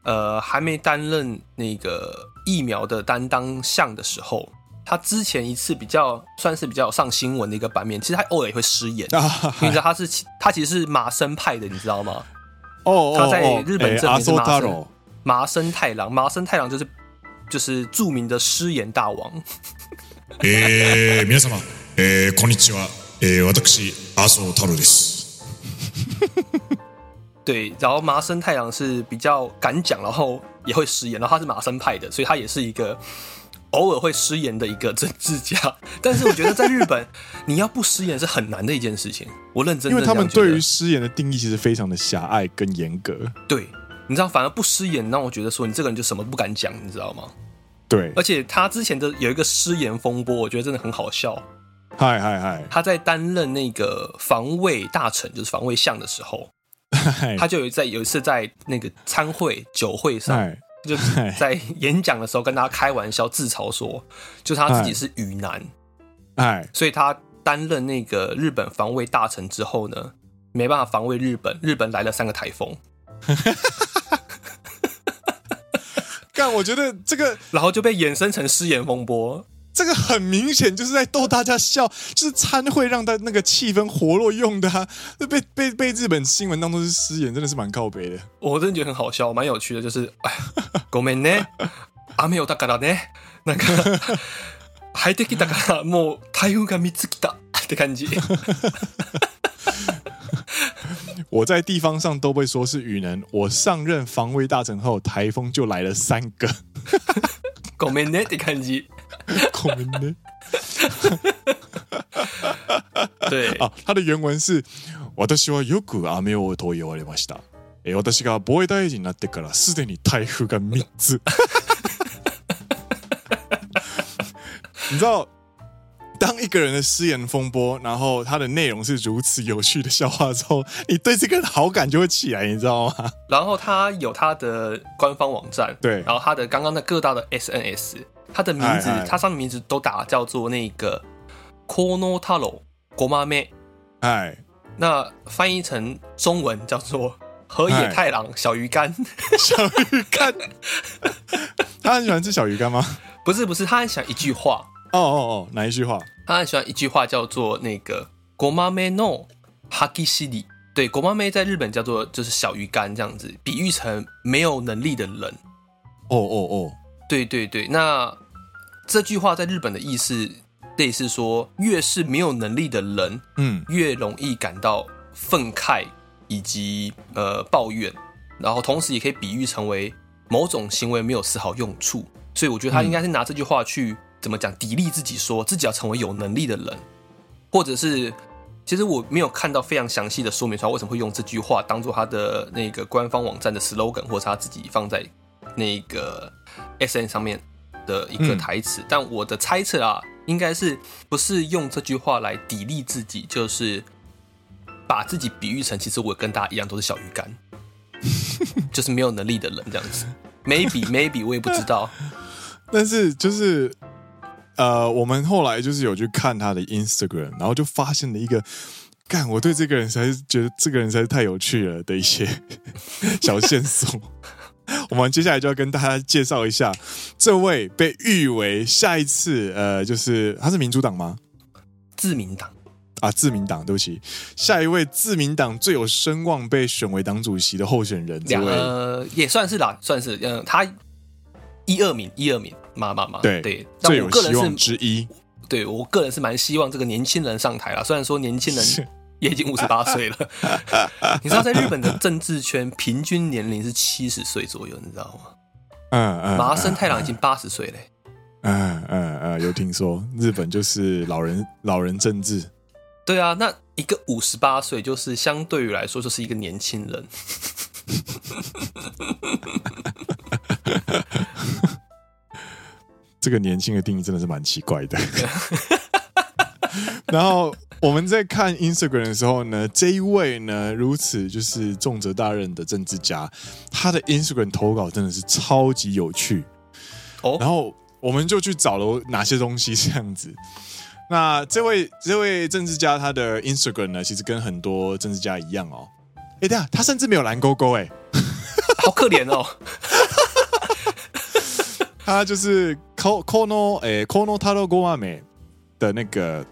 Speaker 2: 呃还没担任那个疫苗的担当项的时候，他之前一次比较算是比较有上新闻的一个版面，其实他偶尔也会失言。
Speaker 1: 啊
Speaker 2: 因为你知道他是其他其实是麻生派的，你知道吗？
Speaker 1: 哦
Speaker 2: 他在日本证明是麻
Speaker 1: 大
Speaker 2: 生麻生太郎，麻生太郎就是就是著名的失言大王。
Speaker 3: えー、皆様、えー、こんにちは、えー、私麻生太郎です
Speaker 2: 对，然后麻生太郎是比较敢讲，然后也会失言，然后他是麻生派的，所以他也是一个偶尔会失言的一个政治家。但是我觉得在日本，你要不失言是很难的一件事情。我认真
Speaker 1: 因
Speaker 2: 的
Speaker 1: 为他
Speaker 2: 这样觉得，
Speaker 1: 们对于失言的定义其实非常的狭隘跟严格。
Speaker 2: 对，你知道，反而不失言让我觉得说你这个人就什么都不敢讲，你知道吗？
Speaker 1: 对
Speaker 2: 而，且他之前的有一个失言风波，我觉得真的很好笑。
Speaker 1: 嗨嗨嗨
Speaker 2: 他在担任那个防卫大臣，就是防卫相的时候，
Speaker 1: 嗨，
Speaker 2: 他就有在有一次在那个参会酒会上，
Speaker 1: 嗨
Speaker 2: 就是在演讲的时候跟大家开玩笑自嘲说，就是他自己是雨男，
Speaker 1: 嗨
Speaker 2: 所以他担任那个日本防卫大臣之后呢，没办法防卫日本，日本来了三个台风，
Speaker 1: 干，我觉得这个
Speaker 2: 然后就被衍生成失言风波。
Speaker 1: 这个很明显就是在逗大家笑，就是参会让他那个气氛活络用的啊，被被被日本新闻当中是失言，真的是蛮靠北的。
Speaker 2: 我真的觉得很好笑，蛮有趣的，就是哎，ごめんね、雨をだからね、なんか入ってきたからもう台風が三つ来たって感じ。
Speaker 1: 我在地方上都被说是雨能，我上任防卫大臣后，台风就来了三 个。
Speaker 2: ごめんねって感じ。
Speaker 1: 孔明呢？
Speaker 2: 对，
Speaker 1: 啊，他的原文是私はよく雨をと言われました。えー私が防衛大臣になってからすでに台風が3つ。你知道，当一个人的失言风波，然后他的内容是如此有趣的笑话之后，你对这个人好感就会起来，你知道吗？
Speaker 2: 然后他有他的官方网站，
Speaker 1: 对
Speaker 2: 然后他的刚刚的各大的 SNS，他的名字
Speaker 1: 哎哎，
Speaker 2: 他上面名字都打叫做那个 Kono Taro 国妈妹，
Speaker 1: 哎，
Speaker 2: 那翻译成中文叫做河野太郎小鱼干，
Speaker 1: 哎小鱼干，他很喜欢吃小鱼干吗？
Speaker 2: 不是不是，他很喜欢一句话，
Speaker 1: 哦哦哦，哪一句话？
Speaker 2: 他很喜欢一句话叫做那个国妈妹 no haki s i 对，国妈妹在日本叫做就是小鱼干这样子，比喻成没有能力的人。
Speaker 1: 哦哦哦，
Speaker 2: 对对对，那这句话在日本的意思类似说，越是没有能力的人，
Speaker 1: 嗯，
Speaker 2: 越容易感到愤慨以及呃抱怨，然后同时也可以比喻成为某种行为没有丝毫用处。所以我觉得他应该是拿这句话去、怎么讲砥砺自己说，自己要成为有能力的人，或者是。其实我没有看到非常详细的说明，他为什么会用这句话当做他的那个官方网站的 slogan，或者是他自己放在那个 S N 上面的一个台词，但我的猜测啊，应该是不是用这句话来砥砺自己，就是把自己比喻成，其实我跟大家一样都是小鱼干，就是没有能力的人这样子。Maybe maybe 我也不知道。
Speaker 1: 但是就是呃，我们后来就是有去看他的 Instagram，然后就发现了一个，干，我 对这个人实在是觉得这个人实在是太有趣了的一些小线索。 我们接下来就要跟大家介绍一下这位被誉为下一次呃，就是他是民主党吗？
Speaker 2: 自民党。
Speaker 1: 啊，自民党，对不起，下一位自民党最有声望被选为党主席的候选人，这
Speaker 2: 两
Speaker 1: 位
Speaker 2: 呃也算是啦，算是嗯、呃他一二名一二名，嘛嘛嘛，
Speaker 1: 对
Speaker 2: 对。但
Speaker 1: 最
Speaker 2: 我
Speaker 1: 有
Speaker 2: 个
Speaker 1: 希
Speaker 2: 人
Speaker 1: 望
Speaker 2: 是
Speaker 1: 之一。
Speaker 2: 对我个人是蛮希望这个年轻人上台啦，虽然说年轻
Speaker 1: 是
Speaker 2: 人也已经五十八岁了， 你知道在日本的政治圈平均年龄是七十岁左右，你知道吗？
Speaker 1: 嗯嗯，
Speaker 2: 麻生太郎已经八十岁嘞、
Speaker 1: 嗯嗯嗯，有听说日本就是老人老人政治，
Speaker 2: 对啊，那一个五十八岁就是相对于来说就是一个年轻人。
Speaker 1: 这个年轻的定义真的是蛮奇怪的。 然后我们在看 Instagram 的时候呢，这一位呢如此就是重责大任的政治家，他的 Instagram 投稿真的是超级有趣。
Speaker 2: 哦
Speaker 1: 然后我们就去找了哪些东西这样子。那这位这位政治家他的 Instagram 呢，其实跟很多政治家一样哦。哎，对啊，他甚至没有蓝勾勾哎、
Speaker 2: 好可 怜哦，
Speaker 1: 他就是 Ko- Kono 诶 Kono Taro g o a m e 的那个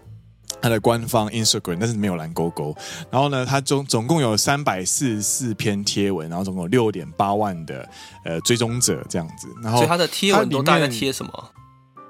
Speaker 1: 他的官方 Instagram，但是没有蓝勾勾。然后呢，他总总共有三百四十四篇贴文，然后总共有六点八万的呃追踪者这样子。然
Speaker 2: 所
Speaker 1: 后
Speaker 2: 以他的贴文都
Speaker 1: 它
Speaker 2: 大
Speaker 1: 里
Speaker 2: 概
Speaker 1: 面
Speaker 2: 在贴什么？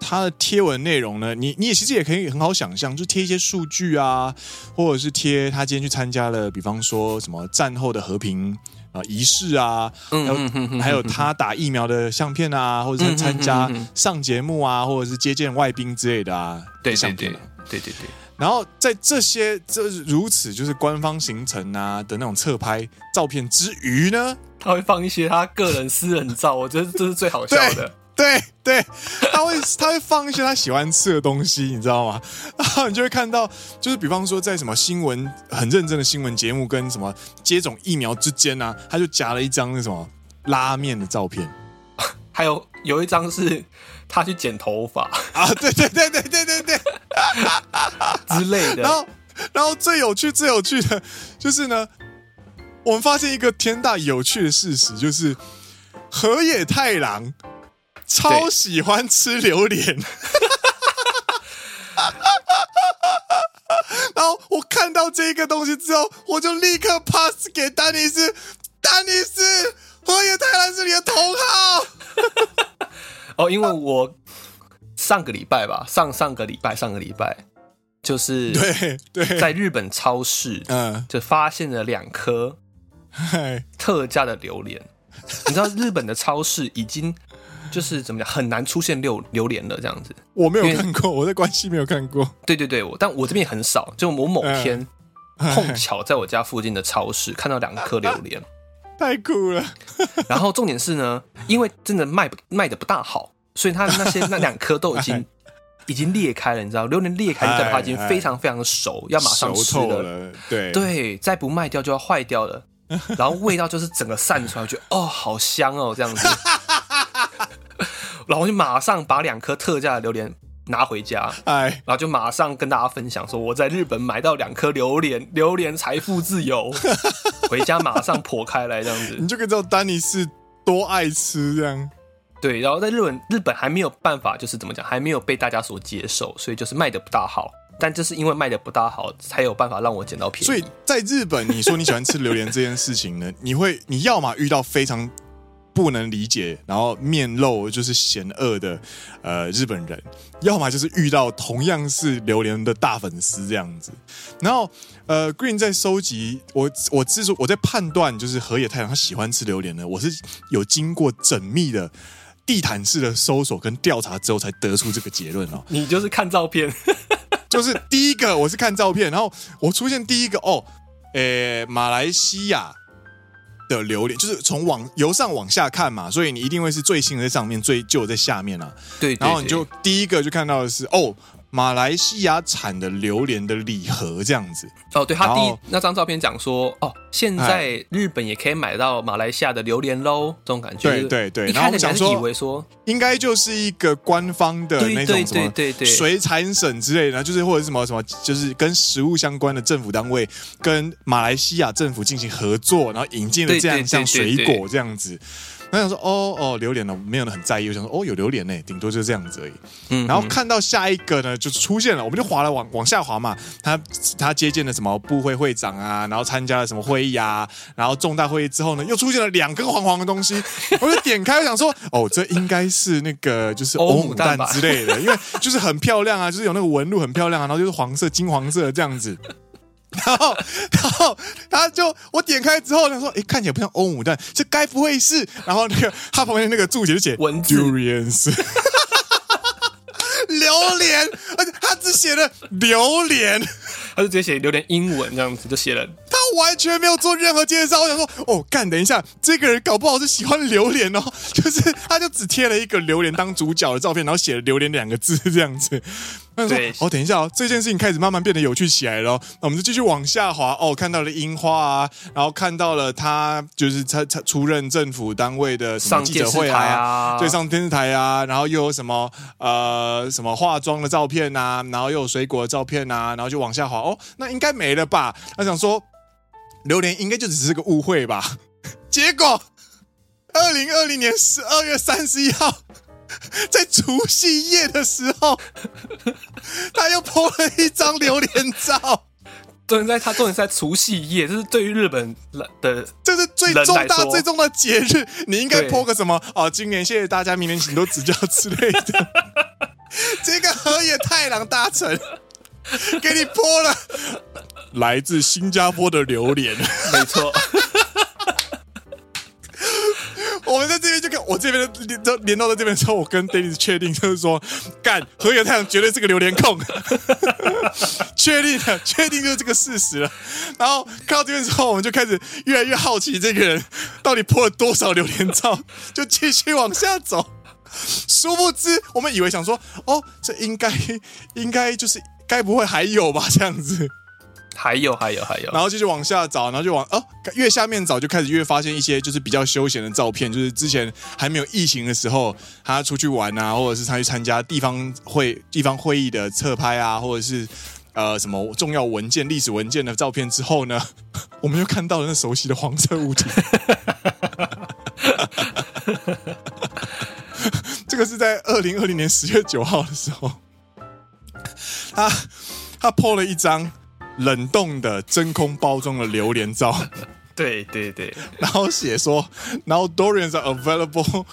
Speaker 1: 它的贴文内容呢，你你也其实也可以很好想象，就贴一些数据啊，或者是贴他今天去参加了，比方说什么战后的和平啊仪式啊，
Speaker 2: 嗯
Speaker 1: 还有
Speaker 2: 嗯嗯嗯，
Speaker 1: 还有 他打疫苗的相片啊，或者是参
Speaker 2: 嗯
Speaker 1: 加
Speaker 2: 哼哼哼
Speaker 1: 上节目啊，或者是接见外宾之类的啊，
Speaker 2: 对对
Speaker 1: 相
Speaker 2: 对
Speaker 1: 片啊。
Speaker 2: 对对对，
Speaker 1: 然后在这些这如此就是官方行程啊的那种侧拍照片之余呢，
Speaker 2: 他会放一些他个人私人照，我觉得这是最好笑的。
Speaker 1: 对对，他会他会放一些他喜欢吃的东西，你知道吗？然后你就会看到，就是比方说在什么新闻很认真的新闻节目跟什么接种疫苗之间啊，他就夹了一张那什么拉面的照片
Speaker 2: 还有有一张是他去剪头发
Speaker 1: 啊，对对对对对对对，
Speaker 2: 之类
Speaker 1: 啊然
Speaker 2: 的，
Speaker 1: 后然后最有趣最有趣的就是呢，我们发现一个天大有趣的事实，就是河野太郎超
Speaker 2: 对
Speaker 1: 喜欢吃榴莲。 然后我看到这个东西之后，我就立刻 pass 给丹尼斯，丹尼斯，河野太郎是你的同好。
Speaker 2: 哦，
Speaker 1: 啊
Speaker 2: 因为我上个礼拜吧，上上个礼拜，上个礼拜就是
Speaker 1: 对对，
Speaker 2: 在日本超市
Speaker 1: 嗯，
Speaker 2: 就发现了两颗
Speaker 1: 嗨，
Speaker 2: 特价的榴莲。你知道日本的超市已经就是怎么讲，很难出现榴榴莲了这样子。
Speaker 1: 我没
Speaker 2: 因
Speaker 1: 有
Speaker 2: 为
Speaker 1: 看过，我在关西没有看过。
Speaker 2: 对对对，我但我这边也很少，就我某天
Speaker 1: 嗯
Speaker 2: 碰巧在我家附近的超市看到两颗榴莲，
Speaker 1: 太酷了！
Speaker 2: 然后重点是呢，因为真的卖不卖的不大好，所以它那些那两颗 都已经已经裂开了，你知道，榴莲裂开就代表它已经
Speaker 1: 哎哎哎
Speaker 2: 非常非常熟，要马上
Speaker 1: 熟
Speaker 2: 吃
Speaker 1: 透。了，哎对
Speaker 2: 对，再不卖掉就要坏 掉了。然后味道就是整个散出来，我觉得哦，好香哦，这 样子。然后我就马上把两颗特价的榴莲拿回家，
Speaker 1: 哎，
Speaker 2: 然后就马上跟大家分享说，我在日本买到两颗榴莲，榴莲财富 自由，回家马上破开来这样子
Speaker 1: 你。就可以知道丹尼是多爱吃这样。
Speaker 2: 对，然后在日本，日本还没有办法，就是怎么讲，还没有被大家所接受，所以就是卖的不大好。但就是因为卖的不大好，才有办法让我捡到便宜。
Speaker 1: 所以在日本，你说你喜欢吃榴莲这件事情呢，你会你要么遇到非常不能理解，然后面露就是嫌恶的呃日本人，要么就是遇到同样是榴莲的大粉丝这样子。然后呃，Green 在收集我我之所我在判断就是河野太郎他喜欢吃榴莲呢，我是有经过缜密的。地毯式的搜索跟调查之后，才得出这个结论哦。
Speaker 2: 你就是看 照片，
Speaker 1: 就是第一个我是看照片，然后我出现第一个哦，诶、马来西亚的榴莲，就是从往由上往下看嘛，所以你一定会是最新的在上面，最旧的在下面啊。
Speaker 2: 对
Speaker 1: 然后你就第一个就看到的是哦，马来西亚产的榴莲的礼盒这样子，
Speaker 2: 哦，对他
Speaker 1: 然
Speaker 2: 第一
Speaker 1: 后哎
Speaker 2: 那张照片讲说，哦，现在日本也可以买到马来西亚的榴莲喽，这种感觉。
Speaker 1: 对对对
Speaker 2: 一
Speaker 1: 然后我
Speaker 2: 开始你
Speaker 1: 想
Speaker 2: 还是
Speaker 1: 说
Speaker 2: 以为说，
Speaker 1: 应该就是一个官方的
Speaker 2: 对
Speaker 1: 那种
Speaker 2: 对
Speaker 1: 什么
Speaker 2: 对对对，
Speaker 1: 水产省之类的，就是或者是什么什么，就是跟食物相关的政府单位跟马来西亚政府进行合作，然后引进了
Speaker 2: 对
Speaker 1: 这样
Speaker 2: 对
Speaker 1: 像
Speaker 2: 对
Speaker 1: 水
Speaker 2: 对
Speaker 1: 果这样子。然后想说哦哦榴莲呢，没有人很在意，我想说哦有榴莲呢，顶多就是这样子而已。
Speaker 2: 嗯
Speaker 1: 然后看到下一个呢，就出现了，我们就滑了往往下滑嘛。他他接见了什么部会会长啊，然后参加了什么会议啊，然后重大会议之后呢，又出现了两根黄黄的东西，我就点开，我想说，哦，这应该是那个就是欧
Speaker 2: 欧
Speaker 1: 姆
Speaker 2: 姆
Speaker 1: 蛋
Speaker 2: 蛋吧
Speaker 1: 之类的，因为就是很漂亮啊，就是有那个纹路很漂亮啊，然后就是黄色、金黄色这样子。然后，然后他就我点开之后，他说：“诶，看起来不像欧姆蛋，这该不会是？”然后那个他旁边那个注解就写
Speaker 2: 文字
Speaker 1: durians。榴莲，而且他只写了榴莲，
Speaker 2: 他就直接写榴莲英文这样子，就写了
Speaker 1: 他完全没有做任何介绍。我想说，哦，干，等一下，这个人搞不好是喜欢榴莲哦， 就是他就只贴了一个榴莲当主角的照片，然后写了榴莲两个字这样子。他说
Speaker 2: 对：“
Speaker 1: 哦，等一下哦，这件事情开始慢慢变得有趣起来了哦、那我们就继续往下滑哦，看到了樱花啊，然后看到了他就是他他出任政府单位的什么
Speaker 2: 上
Speaker 1: 记
Speaker 2: 电
Speaker 1: 者
Speaker 2: 视
Speaker 1: 会
Speaker 2: 台
Speaker 1: 啊，
Speaker 2: 啊，
Speaker 1: 对，上电视台啊，然后又有什么呃什么化妆的照片啊，然后又有水果的照片啊，然后就往下滑，哦，那应该没了吧？他想说，榴莲应该就只是个误会吧？ 结果，二零二零年十二月三十一号，在除夕夜的时候，他又 po 了一张榴莲照。
Speaker 2: 重点在他重点在除夕夜，这是对于日本的
Speaker 1: 这是最
Speaker 2: 人
Speaker 1: 重
Speaker 2: 来
Speaker 1: 大、
Speaker 2: 说
Speaker 1: 最重大的节日，你应该
Speaker 2: 对
Speaker 1: 泼个什么哦？今年谢谢大家，明年请多指教之类 的。这个河野太郎大臣给你泼 了来自新加坡的榴莲，
Speaker 2: 没错，
Speaker 1: 我们在这边就跟我这边的连到连到了这边之后，我跟 Dennis 确定就是说，干河野太郎绝对是个榴莲控，确定了，确定就是这个事实了。然后看到这边之后，我们就开始越来越好奇这个人到底泼了多少榴莲照，就继续往下走。殊不知，我们以为想说，哦，这应该应该就是该不会还有吧这样子。
Speaker 2: 还有还有还有，
Speaker 1: 然后继续往下找，然后就往哦，越下面找就开始越发现一些就是比较休闲的照片，就是之前还没有疫情的时候，他出去玩啊，或者是他去参加地方会地方会议的侧拍啊，或者是呃什么重要文件、历史文件的照片之后呢， 我们又看到了那熟悉的黄色物体。 这个是在二零二零年十月九号的时候，他他 PO 了一张冷冻的真空包装的榴莲照，
Speaker 2: 对对对，
Speaker 1: 然后写说，Now durians are available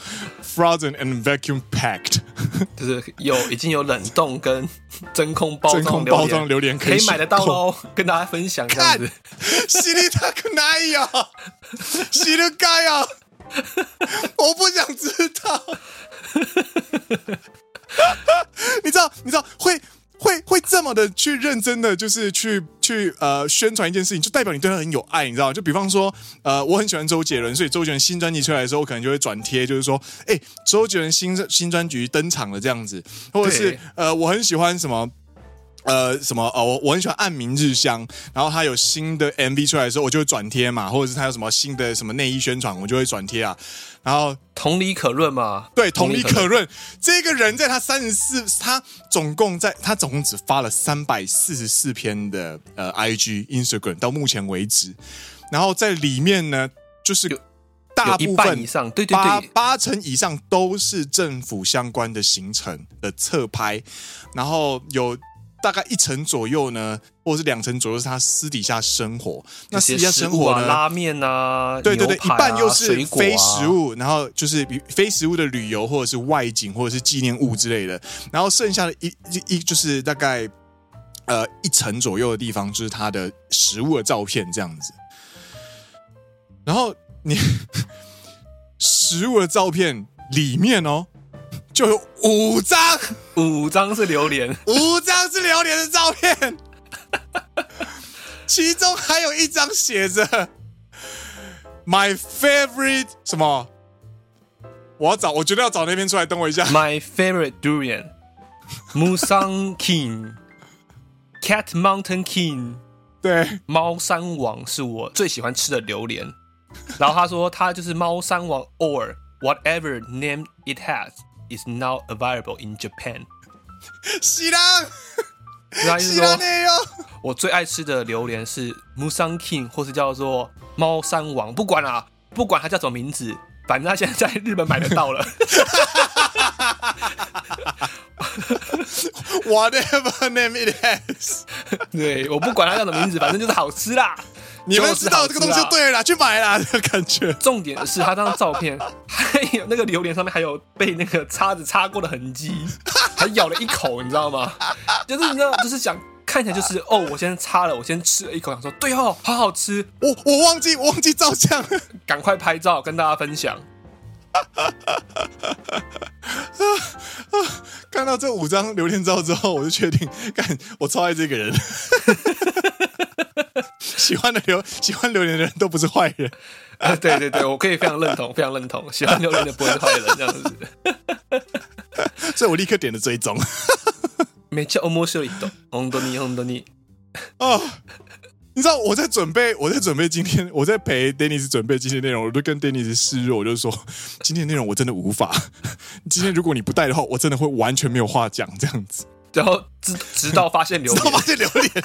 Speaker 1: frozen and vacuum packed，
Speaker 2: 就是有已经有冷冻跟真空包
Speaker 1: 真空
Speaker 2: 装榴
Speaker 1: 包
Speaker 2: 莲
Speaker 1: 装榴莲
Speaker 2: 可以
Speaker 1: 选
Speaker 2: 买得到
Speaker 1: 购。
Speaker 2: 喽，跟大家分享这
Speaker 1: 看
Speaker 2: 样子。，
Speaker 1: 死 你他个奶呀，死你该呀！我不想知道。 你知道，你知道会会会这么的去认真的，就是去去呃宣传一件事情，就代表你对他很有爱，你知道吗？就比方说，呃，我很喜欢周杰伦，所以周杰伦新专辑出来的时候，我可能就会转贴，就是说，哎、周杰伦新新专辑登场了这样子，或者是
Speaker 2: 对
Speaker 1: 呃，我很喜欢什么。呃，什么？哦，我我很喜欢《暗明日香》，然后他有新的 MV 出来的时候，我就会转贴嘛，或者是他有什么新的什么内衣宣传，我就会转贴啊。然后
Speaker 2: 同理可论嘛，
Speaker 1: 对，同理可论。这个人在他三十四，他总共在他总共只发了三百四十四篇的呃 IG Instagram 到目前为止，然后在里面呢，就是大
Speaker 2: 有一
Speaker 1: 啊部
Speaker 2: 半
Speaker 1: 分
Speaker 2: 以上，对对
Speaker 1: 八
Speaker 2: 对，
Speaker 1: 八成以上都是政府相关的行程的侧拍，然后有大概一成左右呢，或者是两成左右是他私底下生活。那
Speaker 2: 有
Speaker 1: 私
Speaker 2: 些
Speaker 1: 底下
Speaker 2: 食
Speaker 1: 生
Speaker 2: 物
Speaker 1: 活
Speaker 2: 啊，
Speaker 1: 呢，
Speaker 2: 拉面啊，
Speaker 1: 对对对，
Speaker 2: 牛
Speaker 1: 一
Speaker 2: 排啊
Speaker 1: 半又是
Speaker 2: 水果啊
Speaker 1: 非食物，然后就是比非食物的旅游或者是外景或者是纪念物之类的，然后剩下的一一一就是大概呃一层左右的地方就是它的食物的照片这样子，然后你 食物的照片里面哦就有五张。
Speaker 2: 五张是榴莲，
Speaker 1: 五张是榴莲的照片，其中还有一张写着 “My favorite” 什么？我要找，我绝对要找那篇出来。等我一下，
Speaker 2: My favorite durian, Musang King, Cat Mountain King，
Speaker 1: 对，
Speaker 2: 猫山王是我最喜欢吃的榴莲。 然后他说，他就是猫山王 or whatever name it has is now available in Japan。
Speaker 1: 喜郎，
Speaker 2: 所以他就是
Speaker 1: 喜郎
Speaker 2: 说
Speaker 1: 你，哟，
Speaker 2: 我最爱吃的榴莲是 Musang 啊 King，或是叫做猫山王，不管啦、不管它叫什么名字，反正他现在在日本买得 到了。
Speaker 1: Whatever name it has，
Speaker 2: 对，我不管它叫什么名字，反正就是好吃啦。
Speaker 1: 你们知道
Speaker 2: 就
Speaker 1: 这
Speaker 2: 是
Speaker 1: 个
Speaker 2: 好
Speaker 1: 东西
Speaker 2: 吃啦
Speaker 1: 就对了啦，去买啦，这个感觉。
Speaker 2: 重点是他那张照片， 还有那个榴莲上面还有被那个叉子插过的痕迹， 还咬了一口，你知道吗？就是你知道，就是想看起来就是哦，我先插了，我先吃了一口，想说对哦，好好吃，
Speaker 1: 我我忘记我忘记照相了，
Speaker 2: 赶快拍照跟大家分享。
Speaker 1: 看到这五张榴莲照之后，我就确定， 干，我超爱这个人。 喜欢的榴喜欢榴莲的人都不是坏人。
Speaker 2: 啊，对对对，我可以非常认同，非常认同，喜欢榴莲的不会是坏人这样子。
Speaker 1: 所以我立刻点了追踪。
Speaker 2: めっちゃ面白い人、本当に本当に。
Speaker 1: 哦，你知道我在准备，我在准备今天，我在陪 Dennis 准备今天内容，我就跟 Dennis 示弱，我就说今天内容我真的无法。 今天如果你不带的话，我真的会完全没有话讲这样子。
Speaker 2: 然后直直到发现榴
Speaker 1: 然后发现
Speaker 2: 莲，
Speaker 1: 榴莲，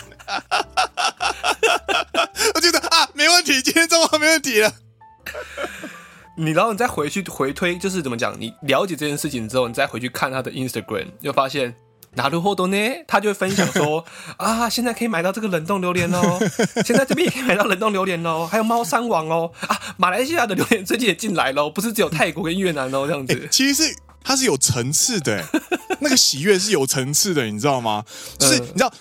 Speaker 1: 我觉得啊，没问题，今天中午没问题了。
Speaker 2: 你然后你再回去回推，就是怎么讲？你了解这件事情之后，你再回去看他的 Instagram，就发现。なるほどね，他就会分享 说啊，现在可以买到这个冷冻榴莲喽， 现在这边也可以买到冷冻榴莲喽，还有猫山王哦，啊，马来西亚的榴莲最近也进来喽，不是只有泰国跟越南哦，这 样子。
Speaker 1: 哎其实是它是有层次的、欸那个喜悦是有层次的，你知道吗？就是
Speaker 2: 嗯
Speaker 1: 你知道。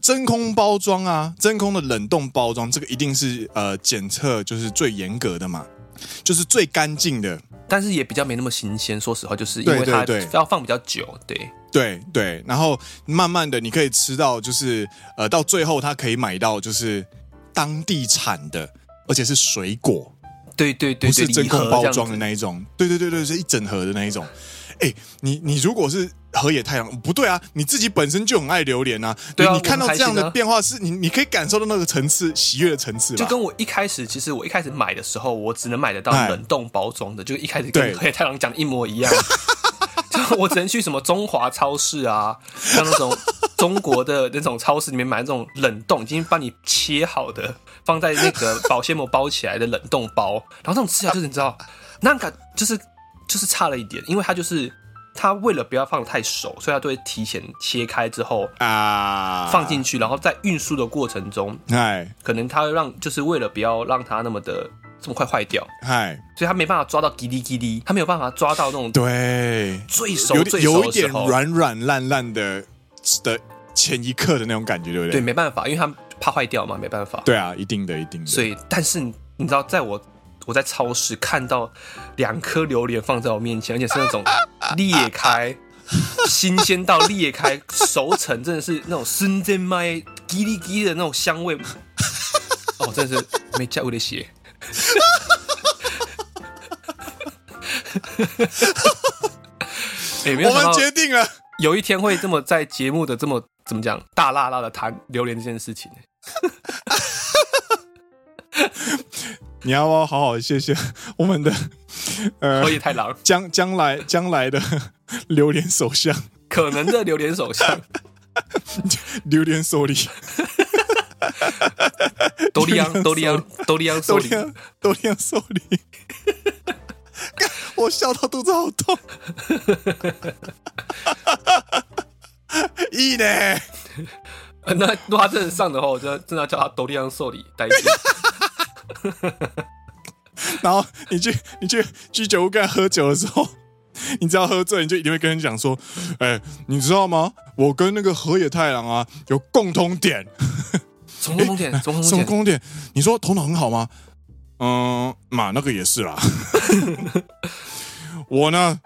Speaker 1: 真空包装啊，真空的冷冻包装，这个一定是呃检测就是最严格的嘛，就是最干净的。
Speaker 2: 但是也比较没那么新鲜。说实话，就是因为
Speaker 1: 对对
Speaker 2: 它
Speaker 1: 对
Speaker 2: 要放比较久，对
Speaker 1: 对对，然后慢慢的你可以吃到，就是呃到最后它可以买到就是当地产的，而且是水果。
Speaker 2: 对对对
Speaker 1: 不
Speaker 2: 对，
Speaker 1: 是真
Speaker 2: 礼盒
Speaker 1: 空
Speaker 2: 这样
Speaker 1: 包
Speaker 2: 子
Speaker 1: 装的那一种，对对对对，是一整盒的那一种。哎、你你如果是河野太郎，不对啊，你自己本身就很爱榴莲啊，
Speaker 2: 对啊
Speaker 1: 你你看
Speaker 2: 我
Speaker 1: 到
Speaker 2: 很开
Speaker 1: 这
Speaker 2: 心
Speaker 1: 样的
Speaker 2: 啊
Speaker 1: 变化是，你你可以感受到那个层次喜悦的层次
Speaker 2: 就
Speaker 1: 吧？
Speaker 2: 跟我一开始，其实我一开始买的时候，我只能买得到
Speaker 1: 哎
Speaker 2: 冷冻包装的，就一开始
Speaker 1: 对
Speaker 2: 跟黑太郎讲的一模一 样。就我只能去什么中华超市啊，像那种中国的那种超市里面买那种冷冻，已经帮你切好的，放在那个保鲜膜包起来的冷冻包，然后这种吃起来就是你知道，那个就是就是差了一点，因为它就是它为了不要放得太熟，所以它都会提前切开之后
Speaker 1: 啊，
Speaker 2: 放进，去，然后在运输的过程中，
Speaker 1: 嗨
Speaker 2: 可能它让就是为了不要让它那么的这么快坏掉，
Speaker 1: 嗨，
Speaker 2: 所以它没办法抓到叽哩叽哩，它没有办法抓到那种
Speaker 1: 对，
Speaker 2: 最熟
Speaker 1: 有
Speaker 2: 最
Speaker 1: 点
Speaker 2: 熟
Speaker 1: 有一
Speaker 2: 的时
Speaker 1: 点
Speaker 2: 候，
Speaker 1: 软软烂烂的的前一刻的那种感觉，对不
Speaker 2: 对，
Speaker 1: 对？
Speaker 2: 没办法，因为它怕坏掉嘛，没办法。
Speaker 1: 对啊，一定的，一定的。
Speaker 2: 所以，但是你你知道，在我我在超市看到两颗榴莲放在我面前，而且是那种裂开、新鲜到裂开、熟成，真的是那种生煎麦叽哩叽哩的那种香味，哦，真的是没加我的血。哎、没有
Speaker 1: 我们
Speaker 2: 想到
Speaker 1: 决定了，
Speaker 2: 有一天会这么在节目的这么怎么讲大辣辣的谈榴莲这件事情、
Speaker 1: 你要不要好好谢谢我们的呃
Speaker 2: 河野哎太郎。
Speaker 1: 将将来将来的 榴莲首相，
Speaker 2: 可能的榴莲首相
Speaker 1: 榴莲首里，
Speaker 2: 多利安多利安多利安
Speaker 1: 榴
Speaker 2: 首 领
Speaker 1: 莲榴莲首里。 干我笑到肚子好痛。 いいね。
Speaker 2: 呃那如果他真的上的话，我就真的要叫他多利安首里代替。
Speaker 1: 然后你去你去居酒屋干喝酒的时候，你只要喝醉，你就一定会跟人讲说：“哎、你知道吗？我跟那个河野太郎啊有共通点。”
Speaker 2: 什么风险？什
Speaker 1: 什么
Speaker 2: 么风险？
Speaker 1: 共同点？你说头脑很好吗？嗯，嘛，那个也是啦。 我呢，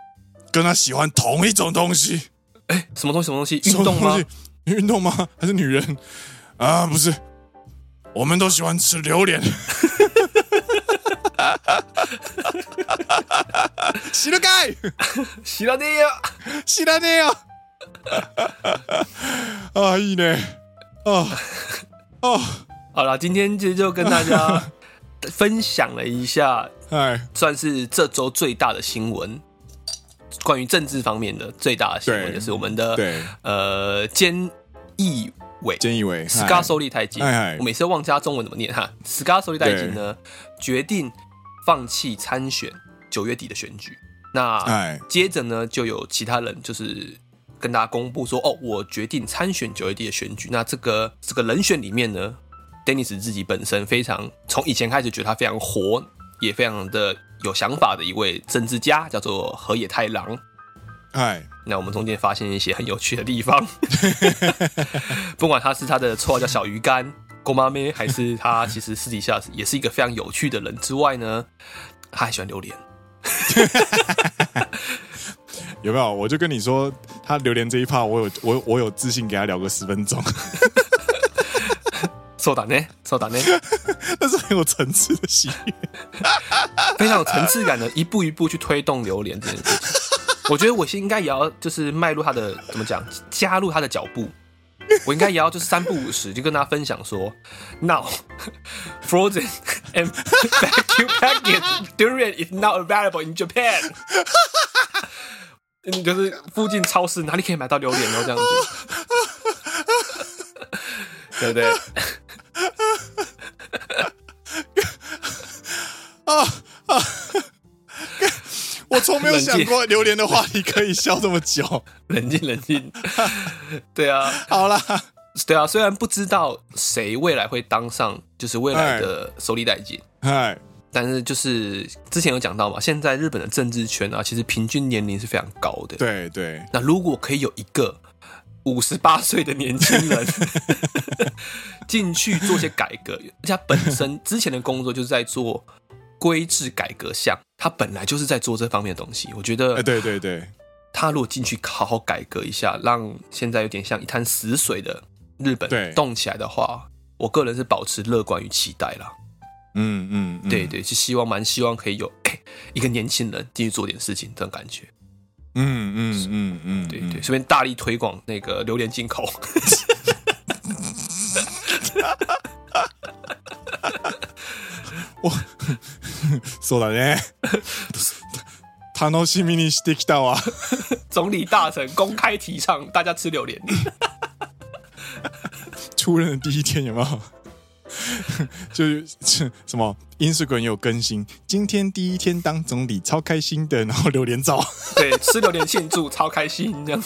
Speaker 1: 跟他喜欢同一种东西，
Speaker 2: 什么东西？什么东西？
Speaker 1: 什么
Speaker 2: 运动吗
Speaker 1: 东西？？你运动吗？还是女人？啊，不是，我们都喜欢吃榴莲。死了该，
Speaker 2: 知らねえよ。
Speaker 1: 死了ねよ。啊，いいね。啊啊，
Speaker 2: 好了，今天其实就跟大家分享了一下，
Speaker 1: 哎。
Speaker 2: 算是这周最大的新闻，关于政治方面的最大的新闻，
Speaker 1: 对
Speaker 2: 就是我们的
Speaker 1: 对
Speaker 2: 呃菅义伟。
Speaker 1: 菅义伟，
Speaker 2: 斯卡
Speaker 1: 嗨
Speaker 2: 索利太吉
Speaker 1: 哎哎，
Speaker 2: 我每次都忘记他中文怎么念哈。斯卡索利太吉呢，决定放弃参选，九月底的选举。那
Speaker 1: 哎，
Speaker 2: 接着呢，就有其他人就是跟大家公布说，哦，我决定参选九月底的选举。那这个这个人选里面呢，Dennis 自己本身非常从以前开始觉得他非常活，也非常的有想法的一位政治家，叫做河野太郎。
Speaker 1: 哎，
Speaker 2: 那我们中间发现一些很有趣的地方， 不管他是他的绰号叫小鱼干、公妈咪，还是他其实私底下也是一个非常有趣的人之外呢，他还喜欢榴莲。
Speaker 1: 有没有？我就跟你说，他榴莲这一趴，我有我我有自信给他聊个十分钟，
Speaker 2: そうだね，そうだね，
Speaker 1: 那是很有层次的喜悦。
Speaker 2: 非常有层次感的，一步一步去推动榴莲这件事情。我觉得我是应该也要就是迈入他的怎么讲，加入他的脚步。我应该也要就是三不五时就跟大家分享说，Now frozen and vacuum packaged durian is not available in Japan 嗯。就是附近超市哪里可以买到榴莲哦，这样子， 对不对？
Speaker 1: 我从没有想
Speaker 2: 冷
Speaker 1: 过榴莲的话题可以笑这么久。
Speaker 2: 冷静冷静， 对啊，
Speaker 1: 好啦，
Speaker 2: 对啊，虽然不知道谁未来会当上就是未来的首里代金，
Speaker 1: 哎，
Speaker 2: 但是就是之前有讲到嘛，现在日本的政治圈啊，其实平均年龄是非常高的。
Speaker 1: 对对，
Speaker 2: 那如果可以有一个五十八岁的年轻 人进去做些改革，而且他本身之前的工作就是在做规制改革项，他本来就是在做这方面的东西。我觉
Speaker 1: 哎
Speaker 2: 得
Speaker 1: 对对对，
Speaker 2: 他如果进去好好改革一下，让现在有点像一滩死水的日
Speaker 1: 对
Speaker 2: 本动起来的话，我个人是保持乐观与期待啦。
Speaker 1: 嗯嗯，嗯
Speaker 2: 对，对，是希望蛮希望可以有、 哎一个年轻人进去做点事情这种感觉。
Speaker 1: 嗯嗯嗯嗯，
Speaker 2: 对
Speaker 1: 嗯
Speaker 2: 对，，顺便大力推广那个榴莲进口。
Speaker 1: そうだ ね。楽しみにしてきたわ。
Speaker 2: 总理大臣公开提倡大家吃 榴莲，
Speaker 1: 出任的第一天有没有？ 就是是什么 Instagram 也有更新，今天第一天当总理超开心的，然后榴莲照。
Speaker 2: 对，吃榴莲庆祝超开心这样。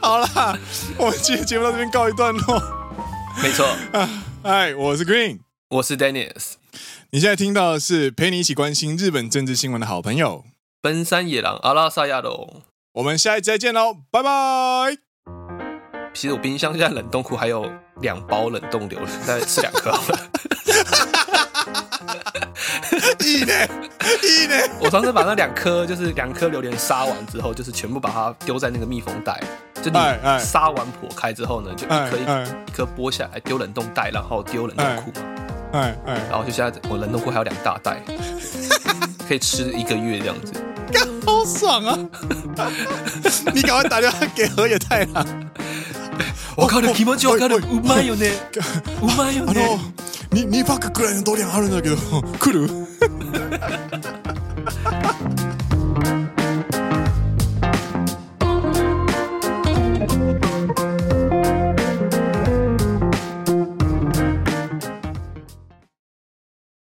Speaker 1: 好啦，我们今天节目到这边告一段落。
Speaker 2: 没错，
Speaker 1: 嗨，我是 Green，
Speaker 2: 我是 Dennis，
Speaker 1: 你现在听到的是陪你一起关心日本政治新闻的好朋友。
Speaker 2: 奔山野狼阿拉萨亚罗。
Speaker 1: 我们下一集再见喽，拜拜。
Speaker 2: 其实我冰箱现在冷冻库还有两包冷冻榴莲，大概吃两颗好了。
Speaker 1: いいね，いいね。
Speaker 2: 我上次把那两颗就是两颗榴莲杀完之后，就是全部把它丢在那个密封袋，就你
Speaker 1: 哎哎
Speaker 2: 杀完破开之后呢，就一颗一、
Speaker 1: 哎哎
Speaker 2: 一颗剥下来丢冷冻袋，然后丢冷冻库嘛，
Speaker 1: 哎哎，
Speaker 2: 然后就现在我冷冻库还有两大袋，可以吃一个月这样子。
Speaker 1: 干好爽 啊！你赶快打电话给河野太郎。
Speaker 2: 我靠，気持ちわかる。うまいよね。うまいよ
Speaker 1: あの
Speaker 2: ね。、
Speaker 1: に2パックくらいのドリアンあるんだけど、来る